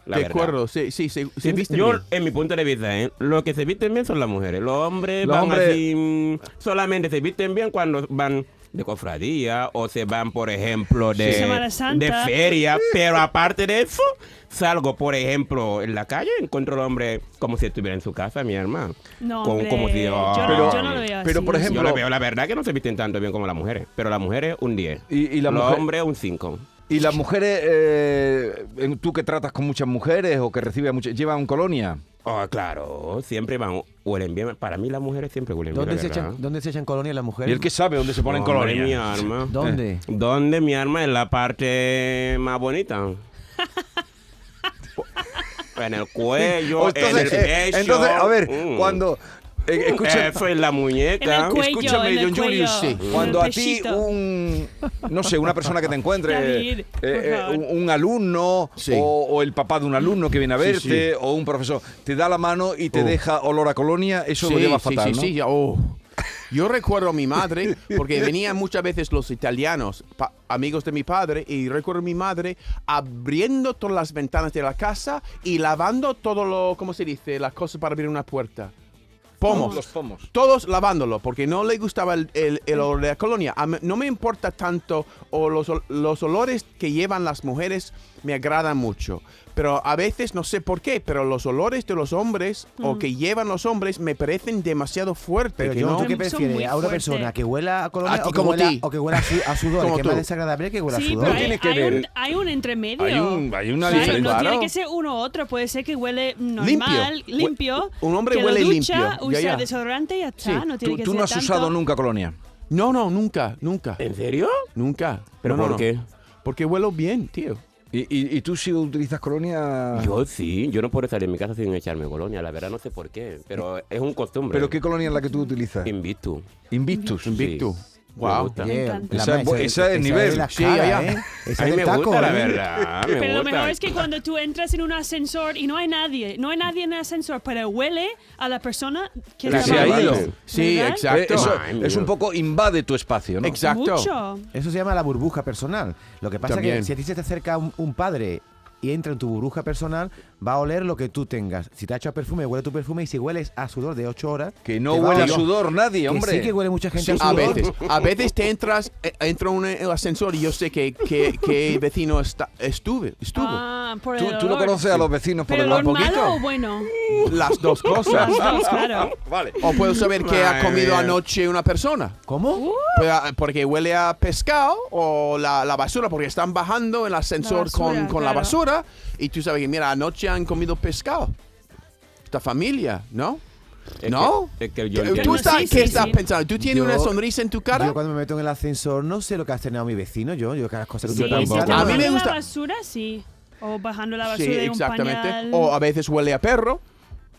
Speaker 5: La
Speaker 3: de
Speaker 5: verdad.
Speaker 3: acuerdo, sí, sí, se, se
Speaker 5: Sí,
Speaker 3: visten
Speaker 5: Yo,
Speaker 3: bien.
Speaker 5: en mi punto de vista, ¿eh? lo que se visten bien son las mujeres. Los hombres
Speaker 2: Los
Speaker 5: van
Speaker 2: hombres-
Speaker 5: así. mm, Solamente se visten bien cuando van de cofradía o se van, por ejemplo, de,
Speaker 4: Semana Santa.
Speaker 5: de feria. Pero aparte de eso, salgo, por ejemplo, en la calle encuentro al hombre como si estuviera en su casa, mi hermano.
Speaker 4: No,
Speaker 5: Con-
Speaker 4: hombre,
Speaker 5: como si-
Speaker 4: yo,
Speaker 5: ah.
Speaker 4: no-
Speaker 2: Pero-
Speaker 4: yo no lo veo así.
Speaker 2: pero, por
Speaker 4: yo
Speaker 5: Yo
Speaker 2: ejemplo-
Speaker 5: le veo la verdad que no se visten tanto bien como las mujeres. Pero las mujeres, un 10.
Speaker 2: Y- y la
Speaker 5: Los
Speaker 2: mujer-
Speaker 5: hombres, un 5.
Speaker 2: ¿Y las mujeres, eh, en- tú que tratas con muchas mujeres o que recibes muchas, llevan colonia?
Speaker 5: Ah, claro, siempre van, huelen bien. Para mí las mujeres siempre huelen
Speaker 6: ¿Dónde
Speaker 5: bien.
Speaker 6: se,
Speaker 5: la verdad.
Speaker 6: echan, ¿Dónde se echan colonia las mujeres?
Speaker 2: ¿Y el que sabe dónde se ponen
Speaker 5: Hombre,
Speaker 2: colonia?
Speaker 5: mi arma.
Speaker 6: ¿Dónde?
Speaker 5: ¿Dónde mi arma es la parte
Speaker 2: <laughs>
Speaker 5: más bonita? en el cuello,
Speaker 2: O
Speaker 5: en el
Speaker 2: Entonces, eh,
Speaker 5: pecho.
Speaker 2: entonces, a ver,
Speaker 5: Mm.
Speaker 2: cuando... eh, escucha,
Speaker 5: Eso es la
Speaker 4: En el
Speaker 5: muñeca.
Speaker 4: cuello,
Speaker 3: escúchame,
Speaker 4: en el
Speaker 3: John Julius,
Speaker 4: cuello,
Speaker 3: sí.
Speaker 4: en el
Speaker 2: Cuando a ti
Speaker 4: pechito.
Speaker 2: un, no sé, una persona que te encuentre,
Speaker 4: David,
Speaker 2: eh,
Speaker 4: por
Speaker 2: eh,
Speaker 4: favor.
Speaker 2: un, un alumno
Speaker 3: Sí.
Speaker 2: o, o el papá de un alumno que viene a
Speaker 3: Sí,
Speaker 2: verte
Speaker 3: sí.
Speaker 2: o un profesor, te da la mano y te
Speaker 3: Oh.
Speaker 2: deja olor a colonia, eso lo
Speaker 3: Sí,
Speaker 2: lleva
Speaker 3: sí,
Speaker 2: fatal,
Speaker 3: sí,
Speaker 2: ¿no?
Speaker 3: sí, ya, oh. Yo recuerdo a mi madre, porque venían muchas veces los italianos, pa- amigos de mi padre, y recuerdo a mi madre abriendo todas las ventanas de la casa y lavando todo lo, ¿cómo se dice? Las cosas para abrir una puerta. Pomos.
Speaker 2: Los pomos.
Speaker 3: Todos lavándolo, porque no le gustaba el, el- el olor de la colonia. A mí- no me importa tanto, o los, ol- los olores que llevan las mujeres me agradan mucho. Pero a veces no sé por qué, pero los olores de los hombres o que llevan los hombres me parecen demasiado fuertes.
Speaker 6: Pero
Speaker 3: que
Speaker 6: John,
Speaker 3: no-
Speaker 6: ¿tú qué
Speaker 4: Son muy
Speaker 6: prefieres? ¿A una
Speaker 4: fuertes.
Speaker 6: persona que huela a colonia
Speaker 3: A ti
Speaker 6: o, que
Speaker 3: como
Speaker 6: huela,
Speaker 3: ti.
Speaker 6: o que huela a, su- a sudor?
Speaker 3: Como
Speaker 6: que
Speaker 3: tú.
Speaker 6: más desagradable que huela a
Speaker 4: Sí,
Speaker 6: sudor.
Speaker 4: pero
Speaker 2: tiene
Speaker 4: hay,
Speaker 2: que
Speaker 4: hay
Speaker 2: ver.
Speaker 4: un, hay un entremedio.
Speaker 2: Hay un- hay una
Speaker 4: Claro,
Speaker 2: diferencia.
Speaker 4: No
Speaker 3: Claro.
Speaker 4: tiene que ser uno u otro. Puede ser que huele normal,
Speaker 3: Limpio.
Speaker 4: limpio.
Speaker 3: Un hombre
Speaker 4: que lo
Speaker 3: huele
Speaker 4: ducha,
Speaker 3: limpio. Ya,
Speaker 4: usa
Speaker 3: ya.
Speaker 4: desodorante y ya está.
Speaker 3: Sí.
Speaker 4: No tiene
Speaker 2: Tú,
Speaker 4: que
Speaker 2: tú
Speaker 4: ser
Speaker 2: no has
Speaker 4: tanto.
Speaker 2: usado nunca colonia.
Speaker 3: No, no, nunca, nunca,
Speaker 5: ¿En serio?
Speaker 3: nunca.
Speaker 5: Eh, ¿Pero
Speaker 3: No, no,
Speaker 5: por
Speaker 3: no.
Speaker 5: qué?
Speaker 3: Porque huelo bien, tío.
Speaker 2: ¿Y, y- y tú si utilizas colonia?
Speaker 5: Yo sí, yo no puedo salir de mi casa sin echarme colonia, la verdad no sé por qué, pero es un costumbre.
Speaker 2: ¿Pero qué colonia es la que tú utilizas?
Speaker 5: Invictus.
Speaker 2: Invictus.
Speaker 3: Invictus.
Speaker 5: Sí, me
Speaker 3: Wow.
Speaker 5: gusta.
Speaker 4: Me encanta.
Speaker 6: la
Speaker 2: Esa es
Speaker 6: ma-
Speaker 2: bu- esa es nivel.
Speaker 6: de la
Speaker 3: Sí,
Speaker 6: cara,
Speaker 3: ya, ya.
Speaker 6: ¿eh? Esa
Speaker 5: A mí
Speaker 6: es de
Speaker 5: me
Speaker 6: taco,
Speaker 5: gusta, la
Speaker 6: ¿eh?
Speaker 2: <laughs>
Speaker 5: verdad. me
Speaker 4: Pero lo
Speaker 5: gusta.
Speaker 4: mejor es que cuando tú entras en un ascensor y no hay nadie, no hay nadie en el ascensor, pero huele a la persona que
Speaker 2: La
Speaker 4: está
Speaker 2: que ha
Speaker 4: mal.
Speaker 2: ido.
Speaker 3: Sí,
Speaker 4: ¿Verdad?
Speaker 3: exacto.
Speaker 2: Eh, eso
Speaker 5: Ay,
Speaker 2: es
Speaker 5: Dios.
Speaker 2: un poco invade tu espacio, ¿no?
Speaker 3: Exacto.
Speaker 4: Mucho.
Speaker 6: Eso se llama la burbuja personal. Lo que pasa es
Speaker 3: También.
Speaker 6: que si a ti se te acerca un, un padre y entra en tu burbuja personal, va a oler lo que tú tengas. Si te ha hecho a perfume, huele tu perfume y si hueles a sudor de 8 horas.
Speaker 2: Que no
Speaker 6: te va
Speaker 2: huele a
Speaker 6: oler-
Speaker 2: sudor nadie,
Speaker 6: Que
Speaker 2: hombre.
Speaker 6: sí que huele mucha gente a
Speaker 3: a
Speaker 6: sudor.
Speaker 3: veces, a veces te entras, eh, entra un el ascensor y yo sé que, que, que vecino está, estuve, estuvo.
Speaker 4: Ah, por
Speaker 2: ¿Tú,
Speaker 4: el
Speaker 2: tú no
Speaker 4: olor.
Speaker 2: conoces a los vecinos por
Speaker 4: ¿Pero el olor malo o
Speaker 2: poquito?
Speaker 4: bueno?
Speaker 3: Las dos cosas.
Speaker 4: <laughs> Las dos, claro.
Speaker 2: Vale.
Speaker 3: O puedo saber qué ha
Speaker 5: Madre
Speaker 3: comido
Speaker 5: mía.
Speaker 3: anoche una persona.
Speaker 6: ¿Cómo?
Speaker 4: Uh.
Speaker 3: Pues, ah, Porque huele a pescado o la, la basura, porque están bajando el ascensor con,
Speaker 4: basura,
Speaker 3: con la
Speaker 4: claro.
Speaker 3: basura y tú sabes que, mira, anoche han comido pescado. Esta familia, ¿no?
Speaker 5: Es
Speaker 3: ¿No?
Speaker 5: que- es que
Speaker 2: Eh,
Speaker 5: yo
Speaker 3: ¿Tú
Speaker 5: entiendo.
Speaker 3: estás,
Speaker 4: Sí,
Speaker 3: ¿Qué
Speaker 4: sí,
Speaker 3: estás
Speaker 4: sí.
Speaker 3: pensando? ¿Tú tienes
Speaker 6: Yo-
Speaker 3: una sonrisa en tu cara?
Speaker 6: Yo cuando me meto en el ascensor no sé lo que ha cenado mi vecino, yo, yo que las cosas que
Speaker 4: Sí,
Speaker 6: tú
Speaker 4: si
Speaker 6: piensas,
Speaker 4: te
Speaker 3: A mí me
Speaker 4: bajando
Speaker 3: gusta-
Speaker 4: la basura, sí. O bajando la basura
Speaker 3: Sí,
Speaker 4: de un
Speaker 3: exactamente.
Speaker 4: pañal.
Speaker 3: O a veces huele a perro,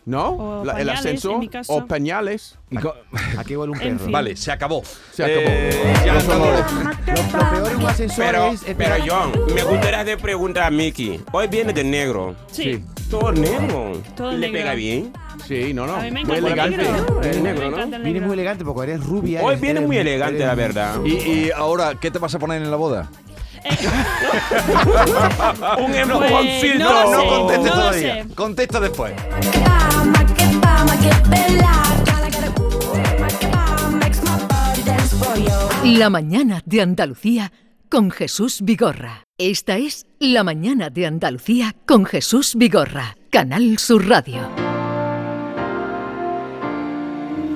Speaker 3: ¿no?
Speaker 4: O
Speaker 3: La- el
Speaker 4: pañales, en
Speaker 3: ascensor.
Speaker 4: mi caso.
Speaker 3: O pañales.
Speaker 2: Y co-
Speaker 6: Aquí huele un
Speaker 4: En
Speaker 6: perro.
Speaker 4: fin.
Speaker 2: Vale, se acabó.
Speaker 3: Se acabó.
Speaker 2: Eh, ya
Speaker 3: Los
Speaker 2: acabó.
Speaker 3: olores.
Speaker 6: Lo, lo peor en un ascensor
Speaker 5: Pero,
Speaker 6: es... es-
Speaker 5: pero John, me gustaría hacer pregunta a Mickey. Hoy viene de negro.
Speaker 4: Sí.
Speaker 5: Todo negro.
Speaker 4: Todo
Speaker 5: ¿Le
Speaker 4: negro.
Speaker 5: pega bien?
Speaker 3: Sí, no, no.
Speaker 4: A mí me
Speaker 3: Muy
Speaker 4: encanta el
Speaker 3: elegante.
Speaker 4: negro.
Speaker 5: Es
Speaker 4: A mí me
Speaker 5: negro, ¿no?
Speaker 4: encanta el
Speaker 6: Vienes
Speaker 4: negro.
Speaker 6: muy elegante porque eres rubia.
Speaker 5: Hoy
Speaker 6: eres-
Speaker 5: viene
Speaker 6: eres-
Speaker 5: muy elegante,
Speaker 6: eres-
Speaker 5: la verdad.
Speaker 2: Y, y ahora, ¿qué te vas a poner en la boda?
Speaker 5: Ah, Un
Speaker 4: Pues,
Speaker 5: empujoncito.
Speaker 4: no lo
Speaker 2: no
Speaker 4: sé,
Speaker 2: contestes
Speaker 4: no lo
Speaker 2: todavía.
Speaker 4: sé.
Speaker 2: Contesta después.
Speaker 7: Que bama, que bama, que pelada. Que bama, uh, que bama, makes my body dance for you.
Speaker 1: La mañana de Andalucía con Jesús Vigorra. Esta es La mañana de Andalucía con Jesús Vigorra, Canal Sur Radio.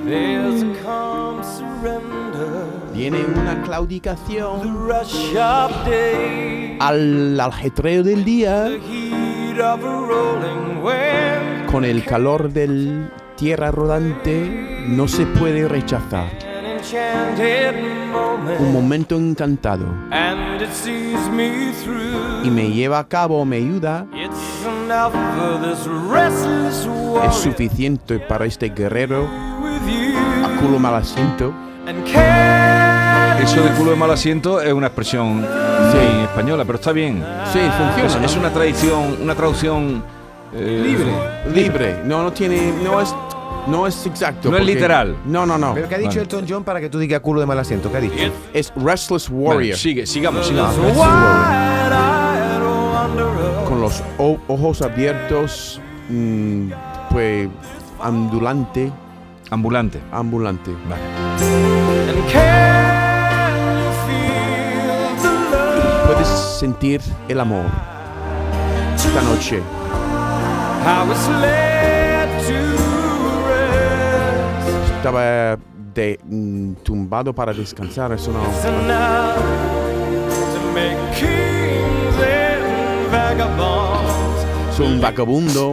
Speaker 8: There's a calm surrender,
Speaker 3: Viene una claudicación
Speaker 8: rush of day,
Speaker 3: al aljetreo del día
Speaker 8: heat of a rolling wave.
Speaker 3: con el calor del tierra rodante no se puede rechazar.
Speaker 8: An enchanted
Speaker 3: Un
Speaker 8: moment,
Speaker 3: momento encantado
Speaker 8: and it sees me
Speaker 3: y
Speaker 8: through.
Speaker 3: me lleva a cabo, me ayuda.
Speaker 8: It's enough for this restless
Speaker 3: Es
Speaker 8: warrior
Speaker 3: suficiente para este guerrero
Speaker 8: with you,
Speaker 3: a culo mal asiento.
Speaker 8: and can
Speaker 2: Eso de culo de mal asiento es una expresión muy española, pero está bien.
Speaker 3: Sí,
Speaker 2: Es,
Speaker 3: funciona. ¿no?
Speaker 2: es una tradición, una traducción eh, libre.
Speaker 3: libre. No, no tiene, no es, no es exacto.
Speaker 2: No es
Speaker 3: porque-
Speaker 2: literal.
Speaker 3: No, no, no.
Speaker 6: Pero ¿qué ha dicho
Speaker 2: Vale.
Speaker 6: Elton John para que tú digas culo de mal asiento? ¿Qué ha dicho?
Speaker 3: Es restless
Speaker 2: Bueno,
Speaker 3: warrior.
Speaker 2: sigue, sigamos, sigamos.
Speaker 8: wide-eyed wanderer.
Speaker 3: Con los o- ojos abiertos, mm, pues ambulante,
Speaker 2: Ambulante.
Speaker 3: ambulante.
Speaker 8: And can you feel the love?
Speaker 3: Puedes sentir el amor esta noche.
Speaker 8: How it's led to rest.
Speaker 3: Estaba de, mm, tumbado para descansar. Eso no.
Speaker 8: It's enough to make kings and vagabonds
Speaker 3: Soy un vagabundo.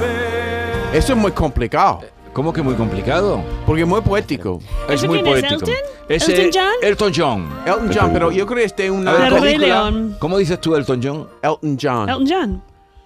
Speaker 8: bed.
Speaker 3: Eso es muy complicado.
Speaker 2: ¿Cómo que muy complicado?
Speaker 3: Porque es muy poético.
Speaker 2: Es
Speaker 4: ¿Eso
Speaker 2: muy
Speaker 4: quién es,
Speaker 2: poético.
Speaker 4: Elton?
Speaker 2: Es,
Speaker 4: ¿Elton
Speaker 2: eh,
Speaker 4: John?
Speaker 2: Elton John.
Speaker 3: Elton John, pero yo creo que este es una.
Speaker 2: A ver,
Speaker 4: El
Speaker 2: ¿cómo-
Speaker 4: Rey
Speaker 2: película?
Speaker 4: León.
Speaker 2: ¿Cómo dices tú Elton John?
Speaker 3: Elton John.
Speaker 4: Elton John.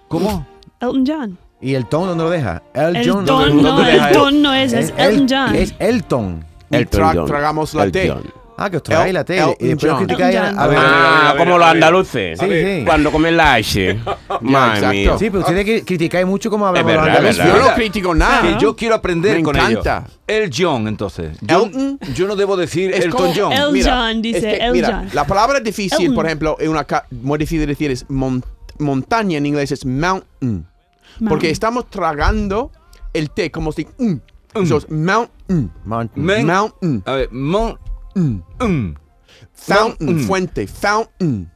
Speaker 2: ¿Cómo?
Speaker 4: Elton John.
Speaker 6: ¿Y el Tom dónde lo deja? El,
Speaker 4: El
Speaker 6: John
Speaker 4: Don no,
Speaker 2: deja
Speaker 4: el
Speaker 2: él.
Speaker 4: Don no es, es Elton John.
Speaker 6: Es Elton.
Speaker 3: Y tra- tragamos la té.
Speaker 6: Ah, que os tragáis
Speaker 3: El-
Speaker 6: la tele.
Speaker 3: Elton
Speaker 6: Y después os
Speaker 3: John.
Speaker 6: criticáis
Speaker 4: Elton
Speaker 6: a-
Speaker 4: John.
Speaker 6: a ver,
Speaker 5: Ah, como los andaluces.
Speaker 6: Sí, sí.
Speaker 5: Cuando comen
Speaker 3: <laughs>
Speaker 5: la H. Madre
Speaker 3: exacto.
Speaker 5: mía.
Speaker 6: Sí, pero ustedes que critican mucho cómo hablamos
Speaker 5: Es
Speaker 6: los
Speaker 5: verdad,
Speaker 3: ¿Ves?
Speaker 6: andaluces.
Speaker 5: verdad.
Speaker 3: Yo no critico nada.
Speaker 2: Que yo quiero aprender
Speaker 3: Ah. Me
Speaker 2: con
Speaker 3: encanta.
Speaker 2: ellos. El John, entonces. Yo,
Speaker 3: Elton.
Speaker 2: yo no debo decir
Speaker 3: Es
Speaker 2: Elton
Speaker 3: como-
Speaker 2: John.
Speaker 4: El
Speaker 3: Mira,
Speaker 4: John,
Speaker 3: es
Speaker 4: dice,
Speaker 3: que,
Speaker 4: El
Speaker 3: mira,
Speaker 4: John.
Speaker 3: La palabra difícil,
Speaker 4: Elton.
Speaker 3: por ejemplo, es una ca- muy difícil de decir es mon- montaña en inglés es mountain, porque estamos tragando el té como si mm, eso es mountain,
Speaker 6: Mountain.
Speaker 2: Men-
Speaker 3: mountain,
Speaker 2: A ver, mon. Mm.
Speaker 3: fountain,
Speaker 2: Mountain.
Speaker 3: fuente, fountain,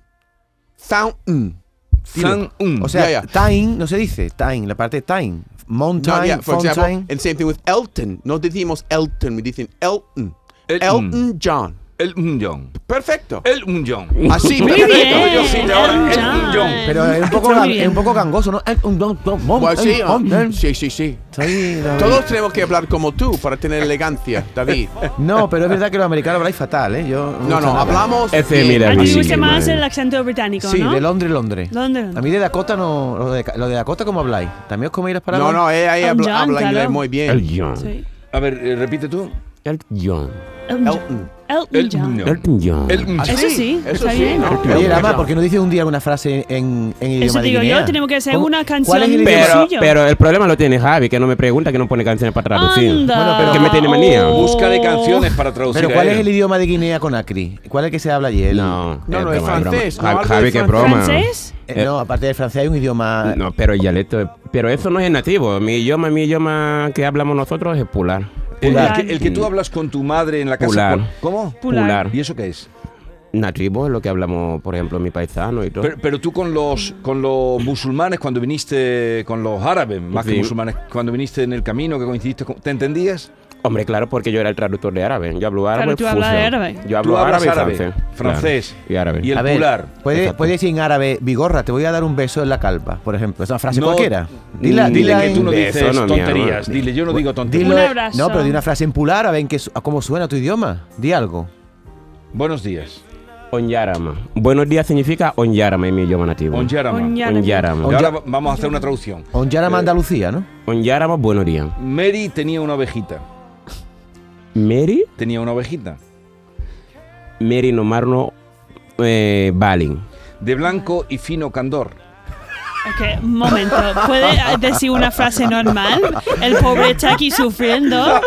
Speaker 3: fountain.
Speaker 2: San. Mm.
Speaker 6: O sea,
Speaker 3: Ya, ya.
Speaker 6: time no se dice. Time, la parte time.
Speaker 3: No,
Speaker 6: Mountain,
Speaker 3: yeah, for example,
Speaker 6: fountain.
Speaker 3: and same thing with Elton. No decimos Elton, we dicen Elton.
Speaker 2: El-
Speaker 3: Elton John.
Speaker 2: Elton John.
Speaker 3: Perfecto.
Speaker 2: Elton John.
Speaker 3: Así,
Speaker 4: Muy
Speaker 3: perfecto.
Speaker 4: bien.
Speaker 2: Yo sí, de ahora,
Speaker 4: Elton
Speaker 2: Elton John.
Speaker 6: Pero es un poco,
Speaker 4: Está muy
Speaker 6: gan- es
Speaker 4: bien.
Speaker 6: un poco gangoso, ¿no? Elton John, John, Mom,
Speaker 3: Pues sí,
Speaker 6: Elton
Speaker 3: ah,
Speaker 6: John.
Speaker 3: sí, sí, sí.
Speaker 6: Soy la-
Speaker 3: Todos tenemos que hablar como tú para tener elegancia, David.
Speaker 6: No, pero es verdad que los americanos habláis fatal, ¿eh? Yo,
Speaker 3: No, no,
Speaker 6: nada.
Speaker 3: hablamos.
Speaker 5: Ese,
Speaker 3: bien.
Speaker 5: mira,
Speaker 4: A ti te
Speaker 5: Sí,
Speaker 4: gusta más
Speaker 5: madre.
Speaker 4: el acento británico,
Speaker 6: Sí,
Speaker 4: ¿no?
Speaker 6: de Londres, Londres.
Speaker 4: Londres.
Speaker 6: A mí de Dakota no. Lo de, lo de Dakota, ¿cómo habláis? ¿También os coméis las palabras?
Speaker 3: No, no, ella, ella habla,
Speaker 4: Elton John,
Speaker 3: habla inglés
Speaker 4: claro.
Speaker 3: muy bien.
Speaker 5: El John.
Speaker 4: Sí.
Speaker 2: A ver, eh, repite tú.
Speaker 5: El John.
Speaker 3: Elton.
Speaker 4: Elton John.
Speaker 5: Elton John.
Speaker 2: El-
Speaker 3: Ah,
Speaker 4: Eso sí,
Speaker 3: eso
Speaker 4: está
Speaker 3: sí.
Speaker 4: bien.
Speaker 3: ¿no?
Speaker 6: Oye,
Speaker 3: Elton
Speaker 6: Lama,
Speaker 3: John.
Speaker 6: ¿por qué no dices un día una frase en, en idioma
Speaker 4: Eso
Speaker 6: de
Speaker 4: digo
Speaker 6: Guinea?
Speaker 4: yo, tenemos que hacer
Speaker 6: ¿Cómo-
Speaker 4: una canción
Speaker 6: ¿Cuál es el idioma?
Speaker 5: Pero,
Speaker 4: sencillo.
Speaker 5: pero el problema lo tiene Javi, que no me pregunta, que no pone canciones para traducir.
Speaker 4: Anda.
Speaker 6: Bueno, pero-
Speaker 5: que me tiene manía.
Speaker 4: Oh.
Speaker 2: Busca de canciones para traducir. a
Speaker 6: Pero ¿cuál
Speaker 2: él.
Speaker 6: es el idioma de Guinea con Acri? ¿Cuál es el que se habla allí? El-
Speaker 5: No,
Speaker 3: No, no, es
Speaker 5: broma,
Speaker 3: francés,
Speaker 5: broma.
Speaker 3: no,
Speaker 5: Ja-
Speaker 3: algo
Speaker 5: Javi,
Speaker 3: es
Speaker 5: qué
Speaker 3: francés.
Speaker 5: broma.
Speaker 4: ¿Francés?
Speaker 6: eh, no, aparte del francés hay un idioma...
Speaker 5: No, pero el dialecto. Pero eso no es nativo. Mi idioma, mi idioma que hablamos nosotros es pular.
Speaker 2: El,
Speaker 4: Pular.
Speaker 2: que, el que tú hablas con tu madre en la casa.
Speaker 5: Pular.
Speaker 2: ¿cu- ¿Cómo?
Speaker 5: Pular.
Speaker 2: ¿Y eso qué es?
Speaker 5: Nativo es lo que hablamos, por ejemplo, mi paisano y todo.
Speaker 2: Pero, pero tú con los con los musulmanes cuando viniste, con los árabes, más que
Speaker 5: Sí.
Speaker 2: musulmanes, cuando viniste en el camino que coincidiste, con- ¿te entendías?
Speaker 5: Hombre, claro, porque yo era el traductor de árabe. Yo hablo
Speaker 4: Claro,
Speaker 5: árabe.
Speaker 4: tú hablas
Speaker 5: fuso.
Speaker 4: de árabe.
Speaker 5: Yo
Speaker 2: Tú
Speaker 5: hablo
Speaker 2: hablas
Speaker 5: árabe, y
Speaker 2: árabe,
Speaker 5: francés.
Speaker 2: francés.
Speaker 5: Claro, Y árabe.
Speaker 2: Y el
Speaker 6: A ver,
Speaker 2: pular.
Speaker 6: ¿puede,
Speaker 5: Exacto.
Speaker 6: puede decir en árabe, Vigorra, te voy a dar un beso en la calva, por ejemplo? Es una frase
Speaker 2: No,
Speaker 6: cualquiera.
Speaker 2: Dile,
Speaker 6: Dila,
Speaker 2: dile
Speaker 6: dila
Speaker 2: que tú
Speaker 6: en-
Speaker 2: no
Speaker 5: de
Speaker 2: dices
Speaker 5: eso no, mi amor.
Speaker 2: tonterías. Dile, yo no digo tonterías.
Speaker 6: dilo-
Speaker 4: Un abrazo.
Speaker 6: No, pero di una frase en pular a ver en qué su- a cómo suena tu idioma. Di algo.
Speaker 2: Buenos días.
Speaker 5: Ah, Onyarama. Buenos días significa Onyarama en mi idioma nativo.
Speaker 2: Onyarama.
Speaker 4: Onya-
Speaker 2: Y
Speaker 5: Onyarama.
Speaker 2: ahora va- vamos a hacer una traducción.
Speaker 6: Onyaram
Speaker 2: Eh,
Speaker 6: Andalucía, ¿no?
Speaker 5: Onyarama, buenos días.
Speaker 2: Mary tenía una ovejita.
Speaker 5: Mary,
Speaker 2: Tenía una ovejita.
Speaker 5: Mary Nomarno eh, Balin.
Speaker 2: De blanco y fino candor.
Speaker 4: Ok, un momento. ¿Puede eh, decir una frase normal? El pobre está aquí sufriendo.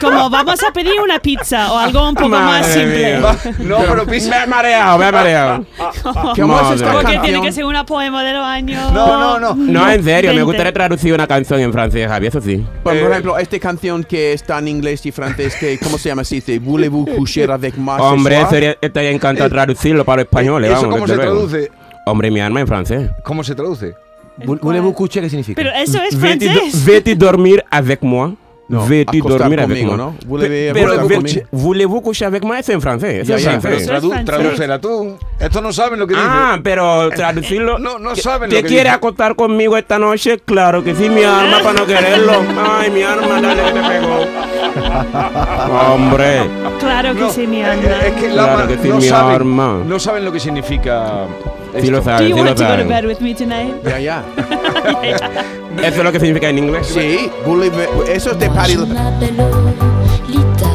Speaker 4: Como vamos a pedir una pizza o algo un poco más
Speaker 5: Madre
Speaker 4: simple.
Speaker 5: mía.
Speaker 2: No, pero
Speaker 5: Me
Speaker 2: pisa.
Speaker 5: he mareado, me
Speaker 2: <laughs>
Speaker 5: he mareado.
Speaker 3: ¿Cómo es
Speaker 5: Madre.
Speaker 3: esta
Speaker 4: Porque tiene
Speaker 3: canción?
Speaker 4: que ser una poema de los años.
Speaker 2: No, no, no.
Speaker 5: No, en serio, me
Speaker 4: 20.
Speaker 5: gustaría traducir una canción en francés, Javi, eso sí.
Speaker 3: Por,
Speaker 2: Eh,
Speaker 3: por ejemplo, esta canción que está en inglés y francés, que, ¿cómo se llama? Sí, Voulez-vous coucher avec moi? ce
Speaker 5: Hombre,
Speaker 3: soir?
Speaker 5: sería, estaría encantado traducirlo para español,
Speaker 2: Eh, ¿Eso
Speaker 5: vamos.
Speaker 2: cómo
Speaker 5: desde
Speaker 2: se
Speaker 5: luego.
Speaker 2: traduce?
Speaker 5: Hombre, mi alma en francés.
Speaker 2: ¿Cómo se traduce?
Speaker 6: Vou- Voulez-vous coucher, ¿qué significa?
Speaker 4: Pero eso es
Speaker 5: Vete, do-
Speaker 4: francés.
Speaker 5: vete dormir avec moi.
Speaker 3: No,
Speaker 5: vete
Speaker 3: acostar
Speaker 5: dormir avec
Speaker 3: conmigo,
Speaker 5: moi.
Speaker 3: ¿no? Voulez-vous
Speaker 5: Pero
Speaker 3: acostar
Speaker 5: vete-
Speaker 3: conmigo?
Speaker 5: voulez-vous coucher avec moi es en francés. eso
Speaker 3: Ya,
Speaker 5: es
Speaker 3: ya,
Speaker 5: francés.
Speaker 4: pero-
Speaker 2: Tradu-
Speaker 4: francés.
Speaker 2: tradúcela tú. Estos no saben lo que dicen.
Speaker 5: Ah, pero traducirlo.
Speaker 2: No, no saben lo
Speaker 5: ¿Te
Speaker 2: que
Speaker 5: quieres
Speaker 2: dice.
Speaker 5: acostar conmigo esta noche? Claro que sí, mi
Speaker 4: Ah.
Speaker 5: alma, para no quererlo. Ay, mi alma, dale, te pegó. Hombre.
Speaker 4: Claro que
Speaker 2: No,
Speaker 4: sí, mi
Speaker 2: es-
Speaker 4: alma.
Speaker 2: Es que la
Speaker 5: Claro
Speaker 2: ma-
Speaker 5: que sí,
Speaker 2: no,
Speaker 5: mi
Speaker 2: saben,
Speaker 5: arma.
Speaker 2: no saben lo que significa.
Speaker 5: Sí
Speaker 2: esto.
Speaker 5: lo
Speaker 4: Do
Speaker 5: sabes,
Speaker 4: you
Speaker 5: sí lo
Speaker 4: want to go to
Speaker 5: sabes.
Speaker 4: bed with me tonight?
Speaker 3: Ya, ya.
Speaker 5: Eso es lo que significa en inglés.
Speaker 3: Sí, voulez-vous- eso es de Paris.
Speaker 7: Je m'appelle Lolita.